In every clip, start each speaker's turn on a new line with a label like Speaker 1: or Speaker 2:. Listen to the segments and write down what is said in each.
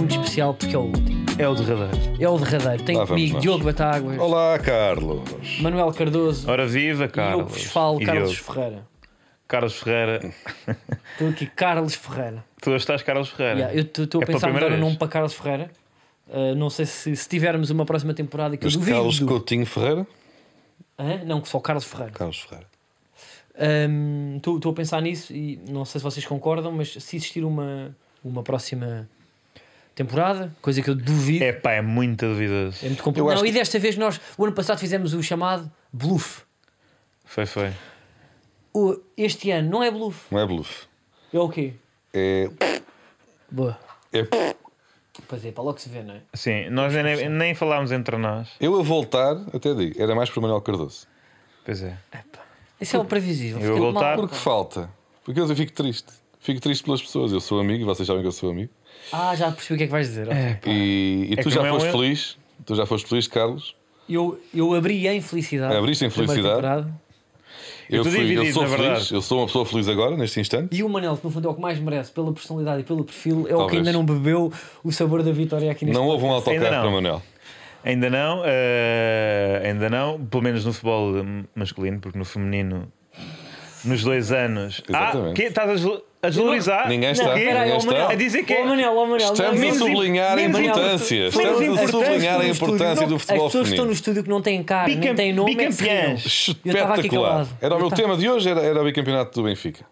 Speaker 1: um especial porque é o último.
Speaker 2: É o derradeiro.
Speaker 1: É o derradeiro. Tenho
Speaker 3: Lá vamos
Speaker 1: comigo
Speaker 3: nós.
Speaker 1: Diogo Batáguas,
Speaker 3: Olá, Carlos.
Speaker 1: Manuel Cardoso
Speaker 2: Ora viva,
Speaker 1: e eu
Speaker 2: Carlos.
Speaker 1: que vos falo,
Speaker 2: E
Speaker 1: Carlos
Speaker 2: Diogo.
Speaker 1: Ferreira.
Speaker 2: Carlos Ferreira.
Speaker 1: Estou aqui, Carlos Ferreira.
Speaker 2: Tu estás Carlos Ferreira.
Speaker 1: Yeah, eu estou a
Speaker 2: É pela
Speaker 1: pensar em
Speaker 2: primeira
Speaker 1: mudar o nome
Speaker 2: vez.
Speaker 1: para Carlos Ferreira. Uh, não sei se, se tivermos uma próxima temporada que eu
Speaker 3: Mas Carlos
Speaker 1: duvido.
Speaker 3: Coutinho Ferreira?
Speaker 1: Hã? Não, só Carlos Ferreira.
Speaker 3: Carlos Ferreira.
Speaker 1: Estou a pensar nisso e não sei se vocês concordam, mas se existir uma, uma próxima temporada, coisa que eu duvido,
Speaker 2: É
Speaker 1: é,
Speaker 2: pá, é muito duvidoso.
Speaker 1: muito
Speaker 3: Eu
Speaker 1: complicado.
Speaker 3: acho
Speaker 1: Não,
Speaker 3: que-
Speaker 1: e desta vez nós, o ano passado, fizemos o chamado bluff.
Speaker 2: Foi, foi.
Speaker 1: O- este ano não é bluff,
Speaker 3: Não é bluff.
Speaker 1: é o quê?
Speaker 3: É.
Speaker 1: Boa.
Speaker 3: é-
Speaker 1: Pois é, para logo se vê, não é?
Speaker 2: Sim, Assim, nós nem, nem falámos entre nós.
Speaker 3: Eu a voltar, até digo, era mais para o Manuel Cardoso.
Speaker 2: Pois é.
Speaker 1: Isso é o previsível.
Speaker 2: Eu vou
Speaker 1: Fiquei
Speaker 2: voltar.
Speaker 1: mal-
Speaker 3: Porque falta. Porque eu fico triste. Fico triste pelas pessoas. Eu sou amigo, vocês sabem que eu sou amigo.
Speaker 1: Ah, já percebi o que é que vais dizer. ok.
Speaker 3: E, e
Speaker 2: É
Speaker 3: tu
Speaker 2: que
Speaker 3: já
Speaker 2: não é um
Speaker 3: foste
Speaker 2: eu.
Speaker 3: feliz. Tu já foste feliz, Carlos.
Speaker 1: Eu, eu abri a infelicidade.
Speaker 3: Abriste em
Speaker 1: primeira
Speaker 3: felicidade.
Speaker 1: temporada,
Speaker 3: Eu,
Speaker 2: tô
Speaker 3: fui- eu
Speaker 2: dividido,
Speaker 3: sou
Speaker 2: na
Speaker 3: feliz.
Speaker 2: verdade.
Speaker 3: Eu sou uma pessoa feliz agora, neste instante.
Speaker 1: E o Manel, que no fundo é o que mais merece pela personalidade e pelo perfil, é o que
Speaker 3: Talvez.
Speaker 1: ainda não bebeu o sabor da vitória aqui neste
Speaker 3: Não houve um
Speaker 2: Ainda
Speaker 3: autocarro
Speaker 2: não.
Speaker 3: para o Manuel.
Speaker 2: Ainda não, eh, ainda não, pelo menos no futebol eh, masculino, porque no feminino, nos dois anos. Ah,
Speaker 3: Exatamente.
Speaker 2: que, estás a desvalo- a desvalorizar?
Speaker 3: Ninguém está,
Speaker 2: Não,
Speaker 3: ninguém
Speaker 2: peraí, ó,
Speaker 3: está.
Speaker 2: Manel, A dizer que
Speaker 1: Ó
Speaker 2: é.
Speaker 1: Manel, ó Manel,
Speaker 3: Estamos
Speaker 1: não-
Speaker 3: a
Speaker 2: menos im-
Speaker 3: sublinhar a
Speaker 2: menos
Speaker 3: importância.
Speaker 2: importante.
Speaker 3: Estamos
Speaker 2: Menos
Speaker 3: a
Speaker 2: importante
Speaker 3: sublinhar a
Speaker 2: no
Speaker 3: importância do
Speaker 1: As
Speaker 3: futebol
Speaker 1: pessoas que estão no
Speaker 3: feminino.
Speaker 1: estúdio que não têm cara,
Speaker 2: Bicam-
Speaker 1: nem têm nome, é que se
Speaker 2: bicampeãs.
Speaker 1: riam. Eu estava aqui
Speaker 3: Espetacular.
Speaker 1: calado.
Speaker 3: Era o
Speaker 1: Eu
Speaker 3: meu
Speaker 1: tava-
Speaker 3: tema de hoje, era, era o bicampeonato do Benfica.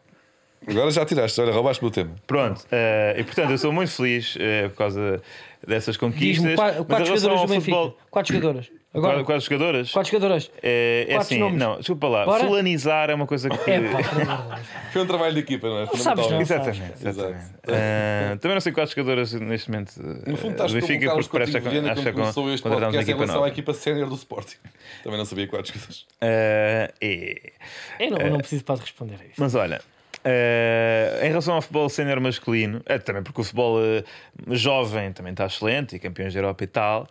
Speaker 3: Agora já tiraste, olha, roubaste-me o tema.
Speaker 2: Pronto, eh, e portanto eu sou muito feliz eh, por causa dessas conquistas.
Speaker 1: Diz-me qua-
Speaker 2: Mas
Speaker 1: quatro
Speaker 2: em relação
Speaker 1: jogadoras
Speaker 2: ao
Speaker 1: do Benfica.
Speaker 2: futebol-
Speaker 1: Quatro jogadoras. Agora,
Speaker 2: Quatro,
Speaker 1: quatro,
Speaker 2: quatro jogadoras?
Speaker 1: jogadoras.
Speaker 2: Eh, é
Speaker 1: quatro
Speaker 2: assim,
Speaker 1: nomes.
Speaker 2: não, desculpa lá.
Speaker 1: Bora?
Speaker 2: Fulanizar é uma coisa que.
Speaker 1: É pá, por amor de Deus.
Speaker 3: Foi um trabalho de equipa, não é?
Speaker 1: sabes, não.
Speaker 3: Fundamentalmente.
Speaker 2: Exatamente, exatamente.
Speaker 3: Exato.
Speaker 2: Eh, também não sei quais jogadoras neste momento. eh,
Speaker 3: No fundo,
Speaker 2: do
Speaker 3: estás
Speaker 2: Benfica,
Speaker 3: com o Carlos
Speaker 2: porque parece
Speaker 3: Coutinho Vilhena
Speaker 2: acho que
Speaker 3: quando começou este
Speaker 2: contratámos
Speaker 3: podcast em
Speaker 2: equipa
Speaker 3: relação
Speaker 2: um nova.
Speaker 3: à equipa sénior do Sporting. Também não sabia quais coisas.
Speaker 2: Eh, e-
Speaker 1: Eu não, não preciso para responder a isso.
Speaker 2: Mas olha, eh, em relação ao futebol sénior masculino, eh, também porque o futebol eh, jovem também está excelente e campeões da Europa e tal.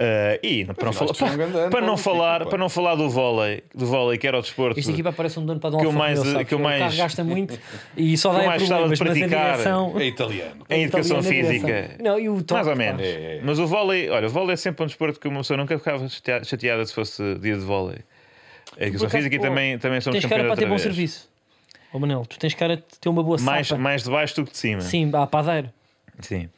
Speaker 2: eh, e não- para não, falar,
Speaker 3: isto foi um grande ano
Speaker 2: para,
Speaker 3: para
Speaker 2: não
Speaker 3: o Benfica,
Speaker 2: falar,
Speaker 3: pá.
Speaker 2: para não falar do vôlei, do vôlei que era o desporto.
Speaker 1: Esta equipa parece um dono para dar um
Speaker 2: Que eu
Speaker 1: Alfa
Speaker 2: mais-
Speaker 1: Romeo, sabes?
Speaker 2: que eu mais-
Speaker 1: O carro gasta muito e só dá
Speaker 2: eu
Speaker 1: a
Speaker 2: mais gostava
Speaker 1: problemas,
Speaker 2: de
Speaker 1: mas em
Speaker 2: praticar.
Speaker 1: direção...
Speaker 3: É italiano.
Speaker 2: Em educação
Speaker 1: Italiana
Speaker 2: física.
Speaker 1: direção. Não, e o toque,
Speaker 2: Mais ou
Speaker 1: pá.
Speaker 2: menos.
Speaker 3: É, é.
Speaker 2: Mas o vôlei, olha, o vôlei é sempre um desporto que uma pessoa nunca ficava chatea- chateada se fosse dia de vôlei. A educação
Speaker 1: acaso,
Speaker 2: física e
Speaker 1: oh,
Speaker 2: também, também somos
Speaker 1: Tens cara
Speaker 2: campeões
Speaker 1: para ter
Speaker 2: outra
Speaker 1: bom
Speaker 2: vez.
Speaker 1: serviço. Ô Manel, tu tens cara de ter uma boa
Speaker 2: Mais,
Speaker 1: sapa.
Speaker 2: mais de baixo do que de cima.
Speaker 1: Sim, à padeiro.
Speaker 2: Sim.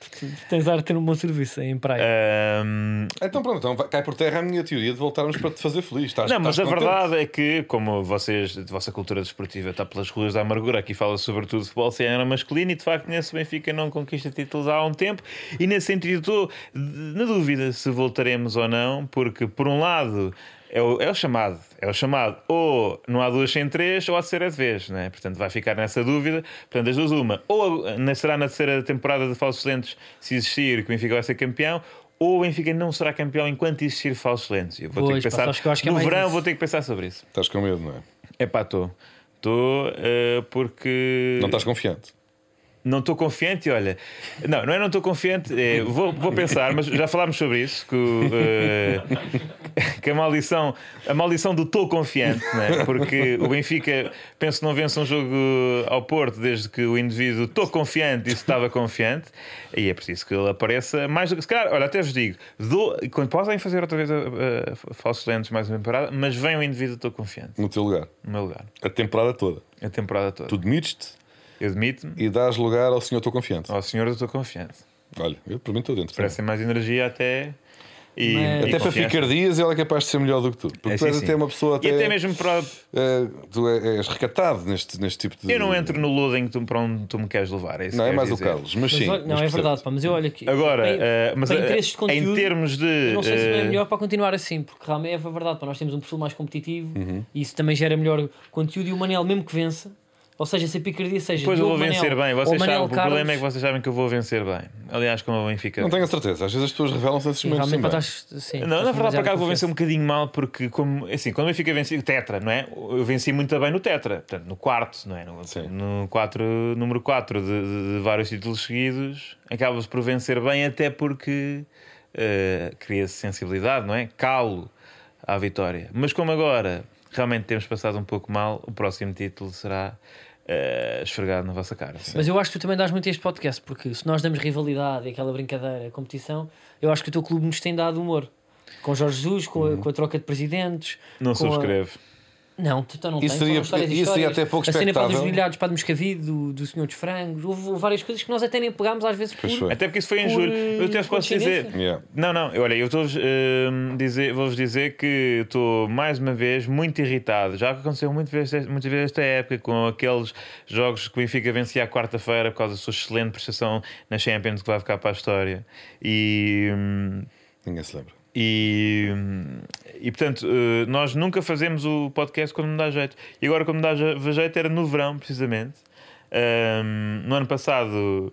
Speaker 1: Tens ar de ter um bom serviço em praia.
Speaker 2: É, Ahm,
Speaker 3: Então pronto, então vai- cai por terra a minha teoria de voltarmos para te fazer feliz. Estás,
Speaker 2: Não, mas a
Speaker 3: estás contente?
Speaker 2: verdade é que, como vocês, a vossa cultura desportiva está pelas ruas da amargura, aqui fala sobretudo de futebol sénior masculino e de facto nesse Benfica não conquista títulos há um tempo e nesse sentido estou na dúvida se voltaremos ou não, porque por um lado é o, é o chamado, é o chamado ou não há duas sem três ou há terceira de vez, né? portanto vai ficar nessa dúvida, portanto as duas uma, ou a- na- será na terceira temporada de Falsos Lentes se existir que o Benfica vai ser campeão, ou o Benfica não será campeão enquanto existir Falsos Lentes. Eu vou vou
Speaker 1: Pois, pá,
Speaker 2: ter que pensar.
Speaker 1: sabes que eu acho que é
Speaker 2: no
Speaker 1: mais
Speaker 2: verão
Speaker 1: isso.
Speaker 2: vou ter que pensar sobre isso.
Speaker 3: Estás com medo, não é?
Speaker 2: É pá, estou. Estou porque.
Speaker 3: Não estás confiante.
Speaker 2: Não estou confiante, e olha. Não, não é não estou confiante, é, vou, vou pensar, mas já falámos sobre isso, que, o, eh, que a maldição, a maldição do estou confiante, né? porque o Benfica penso que não vence um jogo ao Porto desde que o indivíduo estou confiante disse que estava confiante, e é preciso que ele apareça mais do que. Se calhar, olha, até vos digo, dou, quando podem fazer outra vez a, a- falsos lentes mais uma temporada, mas vem o indivíduo estou confiante,
Speaker 3: No teu lugar.
Speaker 2: no meu lugar,
Speaker 3: A temporada toda.
Speaker 2: a temporada toda.
Speaker 3: Tu demites-te
Speaker 2: Eu admito-me,
Speaker 3: e dás lugar ao senhor estou confiante.
Speaker 2: ao senhor eu estou confiante.
Speaker 3: Olha, eu por mim estou dentro.
Speaker 2: Parecem mais energia até. E,
Speaker 1: Mas-
Speaker 2: e
Speaker 3: Até para
Speaker 2: confiança.
Speaker 3: ficardias ela é capaz de ser melhor do que tu. Porque
Speaker 2: É,
Speaker 3: tu
Speaker 2: sim,
Speaker 3: és
Speaker 2: sim.
Speaker 3: até uma pessoa até.
Speaker 2: E até mesmo para.
Speaker 3: eh, tu é- és recatado neste, neste tipo de.
Speaker 2: Eu não entro no lodo em que tu, para onde tu me queres levar. É isso
Speaker 3: Não
Speaker 2: que
Speaker 3: é
Speaker 2: eu
Speaker 3: mais
Speaker 2: quero
Speaker 3: o
Speaker 2: dizer.
Speaker 3: Carlos, mas,
Speaker 1: Mas
Speaker 3: sim.
Speaker 1: olha- não, é
Speaker 3: percebe.
Speaker 1: verdade, pá, mas eu olho aqui.
Speaker 2: Agora,
Speaker 1: Para-
Speaker 2: eh, mas
Speaker 1: para
Speaker 2: eh,
Speaker 1: interesses de conteúdo,
Speaker 2: em termos de.
Speaker 1: eu não sei se não é
Speaker 2: eh,
Speaker 1: melhor para continuar assim, porque realmente é verdade, pá, nós temos um perfil mais competitivo
Speaker 2: Uhum.
Speaker 1: e isso também gera melhor conteúdo. E o Manel, mesmo que vença, ou seja, se a picardia seja.
Speaker 2: Depois eu
Speaker 1: Diogo
Speaker 2: vou vencer
Speaker 1: Manel,
Speaker 2: bem.
Speaker 1: ou
Speaker 2: Vocês sabem,
Speaker 1: Manel
Speaker 2: o problema é que
Speaker 1: Carlos,
Speaker 2: vocês sabem que eu vou vencer bem. Aliás, como é o Benfica.
Speaker 3: Não tenho a certeza. Às vezes as pessoas revelam-se nesses
Speaker 1: Sim,
Speaker 3: momentos.
Speaker 1: realmente, pá,
Speaker 3: também.
Speaker 1: estás. Sim,
Speaker 2: Não,
Speaker 1: estás
Speaker 2: na verdade, para cá
Speaker 1: demasiado
Speaker 2: vou vencer um
Speaker 1: confiante.
Speaker 2: bocadinho mal, porque, como, assim, quando o Benfica venci, Tetra, não é? Eu venci muito bem no Tetra, portanto, no quarto, não é? No,
Speaker 3: Sim.
Speaker 2: no quatro, número 4 de, de- de vários títulos seguidos, acaba-se por vencer bem, até porque eh, cria-se sensibilidade, não é? Calo à vitória. Mas como agora realmente temos passado um pouco mal, o próximo título será. eh, eh, esfregado na vossa cara.
Speaker 1: Mas eu acho que tu também dás muito a este podcast, porque se nós damos rivalidade e aquela brincadeira, a competição, eu acho que o teu clube nos tem dado humor. Com Jorge Jesus, com a, com a troca de presidentes.
Speaker 2: Uhum. Não
Speaker 1: com a-
Speaker 2: subscreve.
Speaker 1: Não, tu tu não
Speaker 3: Isso
Speaker 1: tens.
Speaker 3: seria-
Speaker 1: foram histórias e
Speaker 3: isso seria
Speaker 1: histórias.
Speaker 3: até pouco
Speaker 1: A cena para dos
Speaker 3: espectável.
Speaker 1: grelhados, para de Moscavide, do, do Senhor dos Frangos. Houve houve várias coisas que nós até nem pegámos às vezes por...
Speaker 3: Pois foi.
Speaker 2: Até porque isso foi em
Speaker 1: Por,
Speaker 2: julho.
Speaker 1: eh,
Speaker 2: Eu até vos posso dizer.
Speaker 1: coincidência?
Speaker 3: Yeah.
Speaker 2: Não, não, olha, eu estou-vos, hum, dizer- vou-vos dizer que estou mais uma vez muito irritado. Já aconteceu muitas vezes, muitas vezes esta época com aqueles jogos que o Benfica vencia à quarta-feira por causa da sua excelente prestação na Champions que vai ficar para a história. E. hum,
Speaker 3: Ninguém se lembra.
Speaker 2: e, e portanto, eh, nós nunca fazemos o podcast quando me dá jeito. E agora, quando me dá je- jeito, era no verão, precisamente. Ahm, no ano passado,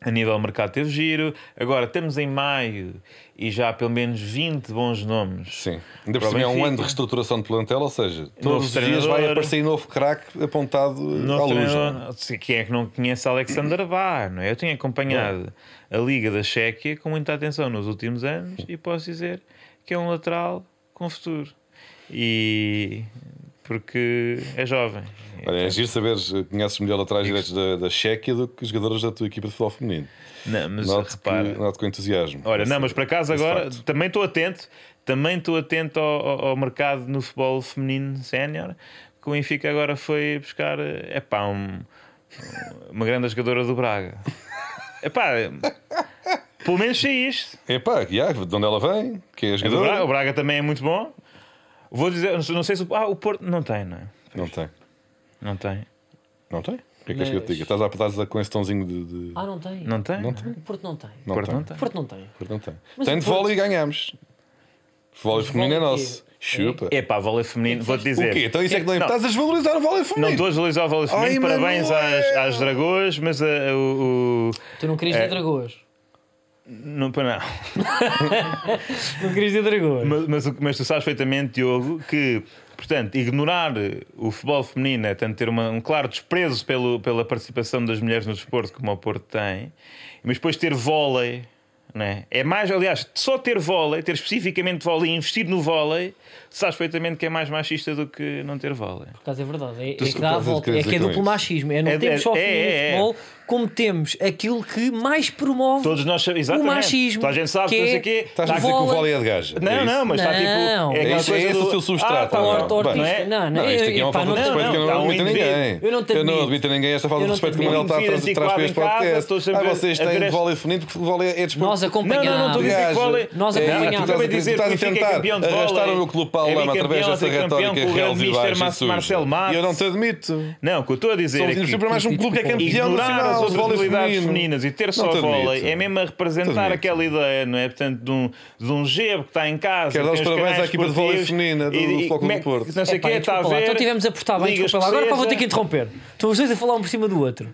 Speaker 2: a nível mercado, teve giro. Agora, estamos em maio e já há pelo menos 20 bons nomes.
Speaker 3: Sim. Ainda
Speaker 2: Para
Speaker 3: por
Speaker 2: o
Speaker 3: cima é um
Speaker 2: Benfica.
Speaker 3: ano de reestruturação de plantel, ou seja, todos
Speaker 2: Novo
Speaker 3: os dias
Speaker 2: treinador.
Speaker 3: vai aparecer novo craque apontado
Speaker 2: Novo
Speaker 3: à luz.
Speaker 2: treinador-
Speaker 3: não é?
Speaker 2: Se- Quem é que não conhece Alexander Vá? Não é? Eu tenho acompanhado a Liga da Chequia com muita atenção nos últimos anos e posso dizer que é um lateral com futuro. E porque é jovem.
Speaker 3: Olha, é giro saberes, conheces melhor laterais direitos da, da Chequia do que os jogadores da tua equipa de futebol feminino.
Speaker 2: Não, mas
Speaker 3: Note
Speaker 2: repara.
Speaker 3: que- note com entusiasmo.
Speaker 2: Olha,
Speaker 3: Esse-
Speaker 2: não, mas para casa
Speaker 3: esse
Speaker 2: agora
Speaker 3: facto.
Speaker 2: também estou atento, também estou atento ao, ao- ao mercado no futebol feminino sénior. Que o Benfica agora foi buscar, é pá, uma grande jogadora do Braga. É pá, pelo menos sei isto.
Speaker 3: Epá, Iago, de onde ela vem? Quem é a
Speaker 2: É do Braga,
Speaker 3: jogadora?
Speaker 2: o Braga também é muito bom. Vou dizer, não sei se o, ah, o Porto não tem, não é?
Speaker 3: não tem.
Speaker 2: Não tem,
Speaker 3: Não tem? O que é que és que eu te
Speaker 1: Mas-
Speaker 3: diga? Estás a apertar com esse tonzinho de. de-
Speaker 1: Ah, não tem?
Speaker 2: não tem.
Speaker 3: Não tem.
Speaker 1: O Porto não tem.
Speaker 2: O
Speaker 3: Não
Speaker 2: Porto
Speaker 3: tem.
Speaker 2: não tem.
Speaker 1: O Porto não tem.
Speaker 3: Não tem.
Speaker 1: Mas
Speaker 3: tem
Speaker 1: o
Speaker 3: de
Speaker 1: Porto-
Speaker 3: vôlei e ganhamos. Vôlei feminino é
Speaker 1: vôlei
Speaker 3: nosso.
Speaker 1: quê?
Speaker 3: Chupa.
Speaker 2: É pá, vôlei feminino, vou-te dizer.
Speaker 3: O quê? Então isso é que não.
Speaker 2: Não.
Speaker 3: Estás a desvalorizar o vôlei
Speaker 2: Não
Speaker 3: feminino.
Speaker 2: estou a desvalorizar o vôlei feminino,
Speaker 3: Ai,
Speaker 2: parabéns
Speaker 3: Manuel!
Speaker 2: às, às dragoas, mas ah, o- o,
Speaker 1: Tu não querias
Speaker 2: É.
Speaker 1: ver Dragoas.
Speaker 2: Não, pá, não.
Speaker 1: Não querias ver Dragoas.
Speaker 2: Mas, mas, o- mas tu sabes perfeitamente, Diogo, que, portanto, ignorar o futebol feminino, é tanto ter uma- um claro desprezo pelo, pela participação das mulheres no desporto, como o Porto tem, mas depois ter vôlei, né? é mais, aliás, só ter vôlei, ter especificamente vôlei e investir no vôlei, sabes perfeitamente que é mais machista do que não ter vôlei.
Speaker 1: Por acaso é verdade. É, é
Speaker 3: Tu-
Speaker 1: que dá a
Speaker 3: tu- tu-
Speaker 1: volta.
Speaker 3: tu-
Speaker 1: É que é
Speaker 3: com
Speaker 1: duplo
Speaker 3: isso.
Speaker 1: machismo. É não
Speaker 2: É-
Speaker 1: temos só
Speaker 2: é-
Speaker 1: feminino
Speaker 2: é- é.
Speaker 1: no futebol, como temos aquilo que mais promove.
Speaker 2: Todos nós sabemos,
Speaker 1: O
Speaker 2: exatamente.
Speaker 1: machismo,
Speaker 2: Toda a gente sabe,
Speaker 1: que
Speaker 2: que não sei
Speaker 1: é-
Speaker 2: o quê. Tá
Speaker 3: Estás a dizer que o
Speaker 1: Vôlei-
Speaker 3: vôlei é de gaja.
Speaker 2: Não,
Speaker 3: É
Speaker 2: não,
Speaker 3: isso?
Speaker 2: mas está tipo.
Speaker 1: Não.
Speaker 2: aquela
Speaker 3: É isso- é
Speaker 2: coisa
Speaker 3: esse
Speaker 2: do-
Speaker 3: o seu substrato,
Speaker 2: Ah, tá
Speaker 3: não,
Speaker 2: um
Speaker 3: não,
Speaker 2: autor-
Speaker 3: bem.
Speaker 2: não é?
Speaker 1: Não, não,
Speaker 3: Não, isto aqui é uma
Speaker 1: Epá,
Speaker 3: falta de
Speaker 1: não-
Speaker 3: respeito que eu
Speaker 2: não,
Speaker 3: não admito a
Speaker 2: não,
Speaker 3: ninguém.
Speaker 1: eu não te
Speaker 3: Eu não
Speaker 1: admito.
Speaker 3: admito a ninguém esta falta
Speaker 1: Eu
Speaker 3: de
Speaker 1: não
Speaker 3: respeito
Speaker 1: te
Speaker 3: que o Manuel
Speaker 2: admito.
Speaker 3: está a tra-
Speaker 2: Identificado
Speaker 3: traz para este
Speaker 2: em casa,
Speaker 3: podcast.
Speaker 2: estou sempre
Speaker 3: Ah, vocês
Speaker 2: a ver
Speaker 3: têm
Speaker 2: este-
Speaker 3: vôlei feminino porque o vôlei é desporto.
Speaker 1: Nós
Speaker 2: Não,
Speaker 1: acompanhamos.
Speaker 2: não, não estou a dizer que
Speaker 3: Gaja.
Speaker 2: vôlei.
Speaker 1: Nós
Speaker 2: é,
Speaker 1: acompanhamos.
Speaker 2: tu
Speaker 1: acompanhámos.
Speaker 2: acabei de
Speaker 3: Tu
Speaker 2: dizer que
Speaker 3: estás a
Speaker 2: o Benfica é
Speaker 3: tentar
Speaker 2: campeão de vôlei.
Speaker 3: arrastar o meu clube para a lama
Speaker 2: É bicampeão,
Speaker 3: através desta
Speaker 2: tricampeão
Speaker 3: retórica
Speaker 2: com o grande
Speaker 3: reles e
Speaker 2: Mr.
Speaker 3: baixos e
Speaker 2: Mar-
Speaker 3: suja.
Speaker 2: Marcelo Matos.
Speaker 3: E eu não te admito.
Speaker 2: Não, o que eu estou a dizer
Speaker 3: Só
Speaker 2: é que
Speaker 3: temos sempre mais um clube que é campeão
Speaker 2: ignorar as
Speaker 3: nacional de
Speaker 2: outras
Speaker 3: vôlei
Speaker 2: modalidades
Speaker 3: feminino.
Speaker 2: femininas e ter
Speaker 3: Não
Speaker 2: só
Speaker 3: te admito.
Speaker 2: vôlei é mesmo a
Speaker 3: Não
Speaker 2: representar
Speaker 3: te admito.
Speaker 2: aquela ideia, não é? Portanto, de um, de um gebo que está em casa.
Speaker 3: Quero dar os
Speaker 2: tem os
Speaker 3: parabéns
Speaker 2: canais
Speaker 3: à equipa de vôlei
Speaker 2: esportivos
Speaker 3: feminina do-
Speaker 2: e-
Speaker 3: do
Speaker 2: e
Speaker 3: Futebol
Speaker 2: como é
Speaker 3: Clube do
Speaker 2: que-
Speaker 3: Porto.
Speaker 2: Não sei o
Speaker 1: Epá,
Speaker 2: que
Speaker 1: e
Speaker 2: está a
Speaker 1: desculpa lá,
Speaker 2: ver.
Speaker 1: Então tivemos a portar bem,
Speaker 2: Liga
Speaker 1: desculpa lá. Agora pá, vou ter que
Speaker 2: Escocesa.
Speaker 1: interromper. Estão os dois a falar um por cima do outro.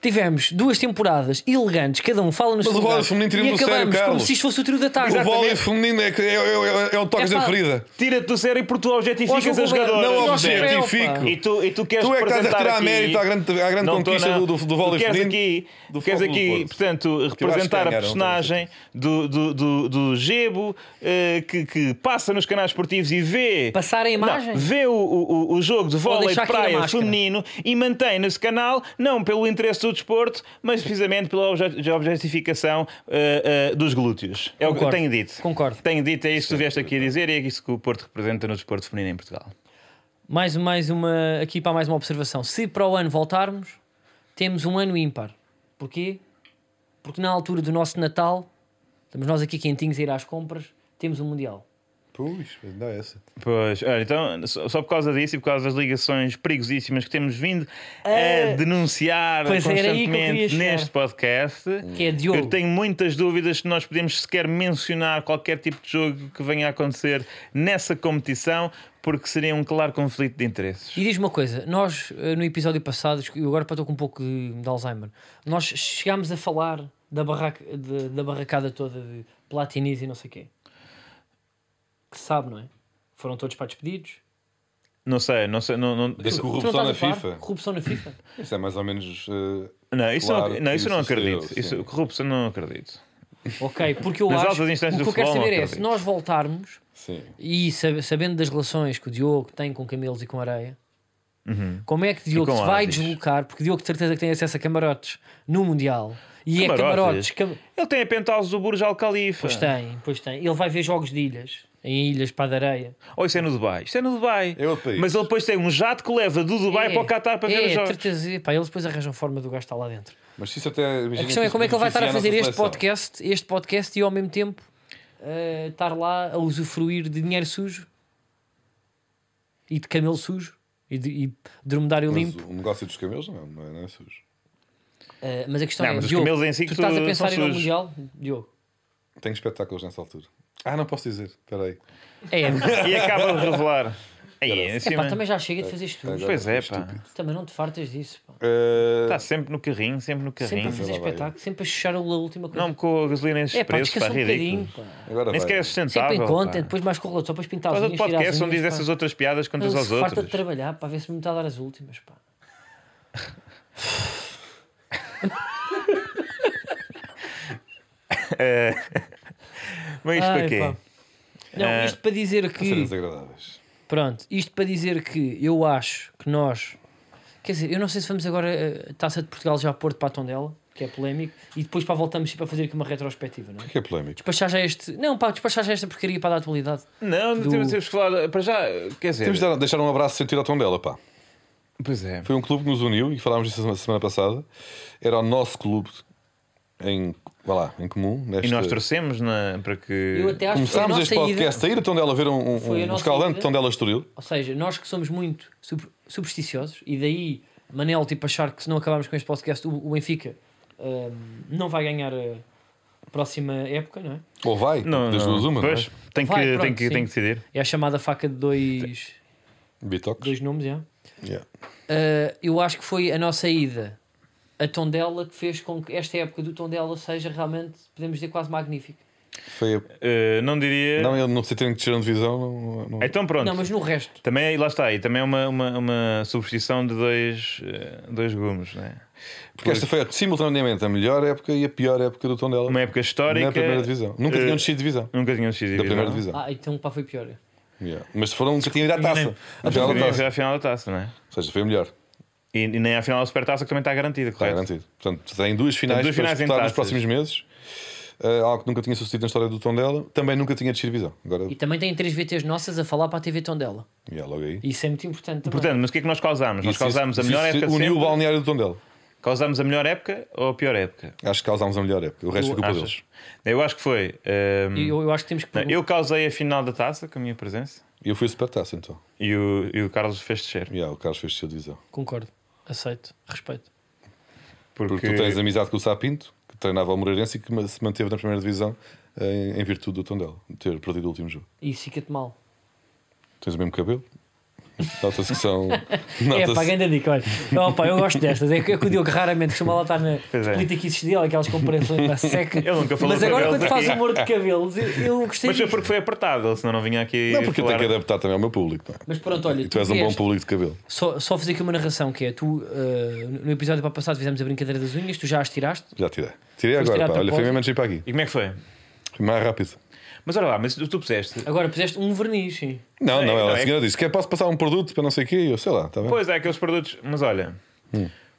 Speaker 1: Tivemos duas temporadas elegantes, cada um fala no seu
Speaker 3: o vôlei
Speaker 1: lugar,
Speaker 3: feminino tirou-me
Speaker 1: e
Speaker 3: do sério,
Speaker 1: acabamos como
Speaker 3: Carlos.
Speaker 1: se isto fosse o trio da tarde.
Speaker 3: O vôlei feminino é que é- é- é- é um toque
Speaker 1: Epá,
Speaker 3: da ferida.
Speaker 2: Tira-te do sério porque tu objetificas
Speaker 1: Ó,
Speaker 2: a
Speaker 1: João Roberto,
Speaker 2: jogadora.
Speaker 3: Não
Speaker 1: Nós
Speaker 3: objetifico.
Speaker 1: sabemos,
Speaker 2: E tu, e tu queres
Speaker 3: Tu é que estás a
Speaker 2: representar
Speaker 3: tirar
Speaker 2: aqui-
Speaker 3: mérito à grande- à grande
Speaker 2: Não
Speaker 3: conquista
Speaker 2: estou, não.
Speaker 3: do- do- do vôlei
Speaker 2: Tu queres
Speaker 3: feminino,
Speaker 2: aqui,
Speaker 3: do
Speaker 2: tu queres
Speaker 3: Futebol
Speaker 2: aqui
Speaker 3: Clube do Porto.
Speaker 2: portanto,
Speaker 3: que é
Speaker 2: representar a
Speaker 3: ganharam,
Speaker 2: personagem do, do, do, do Gebo eh, que, que passa nos canais esportivos e vê.
Speaker 1: Passar a imagem?
Speaker 2: Não, vê o, o, o- o jogo de vôlei
Speaker 1: deixar
Speaker 2: de
Speaker 1: cair a
Speaker 2: praia
Speaker 1: máscara.
Speaker 2: feminino e mantém nesse canal, não pelo interesse do desporto, mas precisamente pela obje- de objetificação eh, eh, dos glúteos. É o que eu
Speaker 1: Concordo.
Speaker 2: tenho dito.
Speaker 1: Concordo.
Speaker 2: Tenho dito, é isso que tu vieste aqui a dizer e é isso que o Porto representa no desporto feminino em Portugal.
Speaker 1: Mais, mais uma, aqui para mais uma observação. Se para o ano voltarmos, temos um ano ímpar. Porquê? Porque na altura do nosso Natal, estamos nós aqui quentinhos a ir às compras, temos um Mundial.
Speaker 3: Pois, não é essa.
Speaker 2: Pois, olha, então, só só por causa disso e por causa das ligações perigosíssimas que temos vindo a
Speaker 1: É.
Speaker 2: denunciar
Speaker 1: Pois era aí que eu queria
Speaker 2: constantemente
Speaker 1: chegar.
Speaker 2: neste podcast,
Speaker 1: Que é Diogo.
Speaker 2: eu tenho muitas dúvidas se nós podemos sequer mencionar qualquer tipo de jogo que venha a acontecer nessa competição, porque seria um claro conflito de interesses.
Speaker 1: E diz uma coisa, nós eh, no episódio passado, eu agora estou com um pouco de, de Alzheimer, nós chegámos a falar da, barraca, de- da barracada toda de Platinis e não sei quê. Que se sabe, não é? Foram todos para despedidos.
Speaker 2: Não sei, não sei, não, não,
Speaker 3: Desse
Speaker 2: isso,
Speaker 1: Tu não
Speaker 3: Corrupção
Speaker 1: estás a
Speaker 3: na
Speaker 1: par?
Speaker 3: FIFA.
Speaker 1: Corrupção na FIFA.
Speaker 3: Isso é mais ou menos. eh,
Speaker 2: não, isso
Speaker 3: Claro
Speaker 2: não, não,
Speaker 3: que
Speaker 2: isso não
Speaker 3: isso
Speaker 2: acredito.
Speaker 3: sucedeu,
Speaker 2: isso,
Speaker 3: sim.
Speaker 2: corrupção não acredito.
Speaker 1: ok, porque eu
Speaker 2: Nas
Speaker 1: acho.
Speaker 2: altas instâncias
Speaker 1: o
Speaker 2: do
Speaker 1: que eu quero
Speaker 2: futebol,
Speaker 1: saber
Speaker 2: não
Speaker 1: é se
Speaker 2: acredito.
Speaker 1: nós voltarmos
Speaker 3: Sim.
Speaker 1: e sab- sabendo das relações que o Diogo tem com camelos e com areia, Como é que Diogo
Speaker 2: Uhum. com
Speaker 1: se vai
Speaker 2: Avis.
Speaker 1: deslocar? Porque Diogo de certeza que tem acesso a camarotes no Mundial. E
Speaker 2: Camarotes.
Speaker 1: é camarotes. cam-
Speaker 2: Ele tem a penthouse do Burj Al Khalifa.
Speaker 1: Pois tem, pois tem. Ele vai ver jogos de ilhas, em ilhas para a areia.
Speaker 2: Ou isso é no Dubai? Isto é no Dubai.
Speaker 3: É outro país.
Speaker 2: Mas ele depois tem um jato que leva do Dubai para o Qatar para
Speaker 1: é,
Speaker 2: ver os
Speaker 1: é,
Speaker 2: jogos.
Speaker 1: certeza, pá, eles depois arranjam forma do gajo estar lá dentro.
Speaker 3: Mas isso até.
Speaker 1: A questão é como é que ele vai estar a fazer este podcast, este podcast e ao mesmo tempo eh, estar lá a usufruir de dinheiro sujo e de camelo sujo e de e dromedário
Speaker 3: Mas
Speaker 1: limpo.
Speaker 3: o negócio dos camelos não, é- não é, não é sujo.
Speaker 1: Eh, mas a questão
Speaker 2: Não,
Speaker 1: é,
Speaker 2: mas os
Speaker 1: Diogo,
Speaker 2: camelos em si
Speaker 1: tu
Speaker 2: que
Speaker 1: estás a
Speaker 2: tu-
Speaker 1: pensar em
Speaker 2: são
Speaker 1: ir ao
Speaker 2: sujos.
Speaker 1: Mundial, Diogo?
Speaker 3: Tenho espetáculos nessa altura. Ah, não posso dizer. Espera aí.
Speaker 1: É,
Speaker 2: E acaba de revelar. Aí, em cima.
Speaker 1: pá, também já chega de fazer isto.
Speaker 3: Agora
Speaker 2: Pois é,
Speaker 3: fiquei
Speaker 2: pá.
Speaker 3: estúpido.
Speaker 1: Também não te fartas disso. Pá.
Speaker 3: Eh,
Speaker 1: Tá
Speaker 2: Está sempre no carrinho, sempre no
Speaker 1: Sempre assim. a
Speaker 2: carrinho.
Speaker 1: fazer
Speaker 3: Sei lá, vai.
Speaker 1: espetáculo, sempre a chuchar a última coisa.
Speaker 2: Não me com a gasolina nesses
Speaker 1: é pá,
Speaker 2: preços, pá,
Speaker 1: descansa um
Speaker 2: ridículo.
Speaker 1: bocadinho. Pá.
Speaker 3: agora
Speaker 2: Nem
Speaker 3: vai.
Speaker 2: sequer é
Speaker 1: Sempre
Speaker 2: sustentável.
Speaker 1: em
Speaker 2: pá.
Speaker 1: conta, depois mais com o relator, depois pintar as
Speaker 2: Faz outro
Speaker 1: unhas, tirar as
Speaker 2: podcast onde
Speaker 1: unhas,
Speaker 2: diz
Speaker 1: pá.
Speaker 2: essas outras piadas contas
Speaker 1: Ele
Speaker 2: aos
Speaker 1: se farta
Speaker 2: outros.
Speaker 1: de trabalhar para ver se me está a dar as últimas. Pá.
Speaker 2: Mas isto
Speaker 1: Ai,
Speaker 2: para quê?
Speaker 1: pá. Não,
Speaker 2: Eh,
Speaker 1: isto para dizer
Speaker 3: São cenas
Speaker 1: que.
Speaker 3: desagradáveis.
Speaker 1: Pronto, isto para dizer que eu acho que nós. Quer dizer, eu não sei se vamos agora a taça de Portugal já a pôr de patão dela, que é polémico, e depois para voltamos para fazer aqui uma retrospectiva, não é?
Speaker 3: O que é polémico?
Speaker 1: Despachar já este. Não, pá, despachar já esta porcaria para a atualidade.
Speaker 2: Não, não
Speaker 1: Do-
Speaker 2: temos, temos que falar. Para já, quer dizer.
Speaker 3: Temos de dar- deixar um abraço sentido ao tom dela, pá.
Speaker 2: Pois é.
Speaker 3: Foi um clube que nos uniu e falámos disso na semana passada. Era o nosso clube em, vá lá, em comum. Nesta...
Speaker 2: E nós torcemos na- para que.
Speaker 1: Eu até acho que foi a
Speaker 3: Começámos
Speaker 1: nossa
Speaker 3: este
Speaker 1: ida-
Speaker 3: podcast a ir a Tondela ver um, um,
Speaker 1: Foi a
Speaker 3: um
Speaker 1: nossa
Speaker 3: escalante
Speaker 1: ida.
Speaker 3: de Tondela Estoril.
Speaker 1: Ou seja, nós que somos muito super- supersticiosos, e daí Manel, tipo, achar que se não acabarmos com este podcast, o, o Benfica hum, não vai ganhar a próxima época, não é?
Speaker 3: Ou vai,
Speaker 2: Não,
Speaker 3: das
Speaker 2: não.
Speaker 3: duas uma,
Speaker 2: Pois,
Speaker 3: não é?
Speaker 2: tem que,
Speaker 1: Vai, pronto,
Speaker 2: tem que,
Speaker 1: sim.
Speaker 2: tem que decidir.
Speaker 1: É a chamada faca de dois,
Speaker 3: é? Bitox.
Speaker 1: dois nomes, é?
Speaker 3: Yeah.
Speaker 1: Uh, eu acho que foi a nossa ida a Tondela que fez com que esta época do Tondela seja realmente, podemos dizer, quase magnífica.
Speaker 3: Foi a...
Speaker 2: Eh, não diria.
Speaker 3: Não, eu não sei terem que tirar de visão. Não, não-
Speaker 2: Então pronto.
Speaker 1: Não, mas no resto.
Speaker 2: Também, lá está, e também é uma, uma, uma substituição de dois, eh, dois gumes, né?
Speaker 3: Porque esta foi simultaneamente a melhor época e a pior época do Tondela
Speaker 2: Uma época histórica.
Speaker 3: na é primeira divisão. Nunca
Speaker 2: eh,
Speaker 3: tinham descido de divisão.
Speaker 2: Nunca tinham descido
Speaker 3: Da primeira
Speaker 2: não?
Speaker 3: divisão.
Speaker 1: Ah, então pá, foi pior.
Speaker 3: Yeah. Mas foram, nunca tinham ido à taça.
Speaker 2: Nunca
Speaker 3: À final da
Speaker 2: tinham
Speaker 3: taça.
Speaker 2: chegado à final da taça, não é?
Speaker 3: Ou seja, foi a melhor.
Speaker 2: E, e nem à final da supertaça que também está garantida,
Speaker 3: Está
Speaker 2: correto?
Speaker 3: garantido. Portanto, tem duas finais,
Speaker 2: Tem duas
Speaker 3: para
Speaker 2: finais em
Speaker 3: disputar nos
Speaker 2: taças.
Speaker 3: próximos meses. Ah, algo que nunca tinha sucedido na história do Tondela. Também nunca tinha descido de divisão. Agora,
Speaker 1: E também tem três VTs nossas a falar para a TV Tondela.
Speaker 3: yeah, logo aí.
Speaker 1: Isso é muito importante também.
Speaker 2: Portanto, mas o que é que nós causámos? Nós
Speaker 3: Isso-
Speaker 2: causámos a
Speaker 3: isso-
Speaker 2: melhor
Speaker 3: isso
Speaker 2: época de
Speaker 3: Uniu o
Speaker 2: sempre?
Speaker 3: balneário do Tondela.
Speaker 2: Causámos a melhor época ou a pior época?
Speaker 3: Acho que causámos a melhor época. O resto ficou para eles.
Speaker 2: Achas? Eu acho que foi. ehm,
Speaker 1: E eu, eu acho que temos que.
Speaker 2: não, eu causei a final da taça com a minha presença
Speaker 3: E eu fui super taça então.
Speaker 2: e o, e o Carlos fez descer.
Speaker 3: Yeah, o Carlos fez descer de divisão.
Speaker 1: Concordo, aceito, respeito.
Speaker 2: Porque,
Speaker 3: Porque tu tens amizade com o Sapinto, que treinava o Moreirense e que ma- se manteve na primeira divisão eh, em, em virtude do Tondela, de ter perdido o último jogo.
Speaker 1: E isso fica-te mal.
Speaker 3: Tens o mesmo cabelo. Nota-se que são.
Speaker 1: É, pá,
Speaker 3: Nota-se.
Speaker 1: grande dica, olha. Não, pá, eu gosto destas. É que é que o Diogo raramente costuma lá estar na
Speaker 2: Pois é.
Speaker 1: política dele, aquelas comparações na seca.
Speaker 2: Ele nunca falou
Speaker 1: Mas agora
Speaker 2: sobre
Speaker 1: quando
Speaker 2: eles
Speaker 1: faz
Speaker 2: aqui.
Speaker 1: humor de cabelos, eu, eu gostei
Speaker 2: Mas foi
Speaker 1: disto.
Speaker 2: porque foi apertado, ele senão não vinha aqui.
Speaker 3: Não, porque eu
Speaker 2: falar...
Speaker 3: tenho que adaptar também ao meu público. não é?
Speaker 1: Mas pronto, olha,
Speaker 3: E tu és um bom
Speaker 1: vieste-
Speaker 3: público de cabelo.
Speaker 1: Só, só fazer aqui uma narração que é: tu, eh, no episódio para passado, fizemos a brincadeira das unhas, tu já as tiraste.
Speaker 3: Já tirei. Tirei
Speaker 1: Foste tirar
Speaker 3: agora,
Speaker 1: a
Speaker 3: pá. Olha,
Speaker 1: propósito?
Speaker 3: foi mesmo antes de ir para aqui.
Speaker 2: E como é que foi?
Speaker 3: Foi mais rápido.
Speaker 2: Mas olha lá, mas tu, tu puseste.
Speaker 1: Agora puseste um verniz, sim.
Speaker 3: Não,
Speaker 2: É,
Speaker 3: não, ela
Speaker 2: não,
Speaker 3: a
Speaker 2: é
Speaker 3: senhora disse: Quer posso passar um produto para não sei o quê? E Eu sei lá, está bem.
Speaker 2: Pois é, aqueles produtos. Mas olha.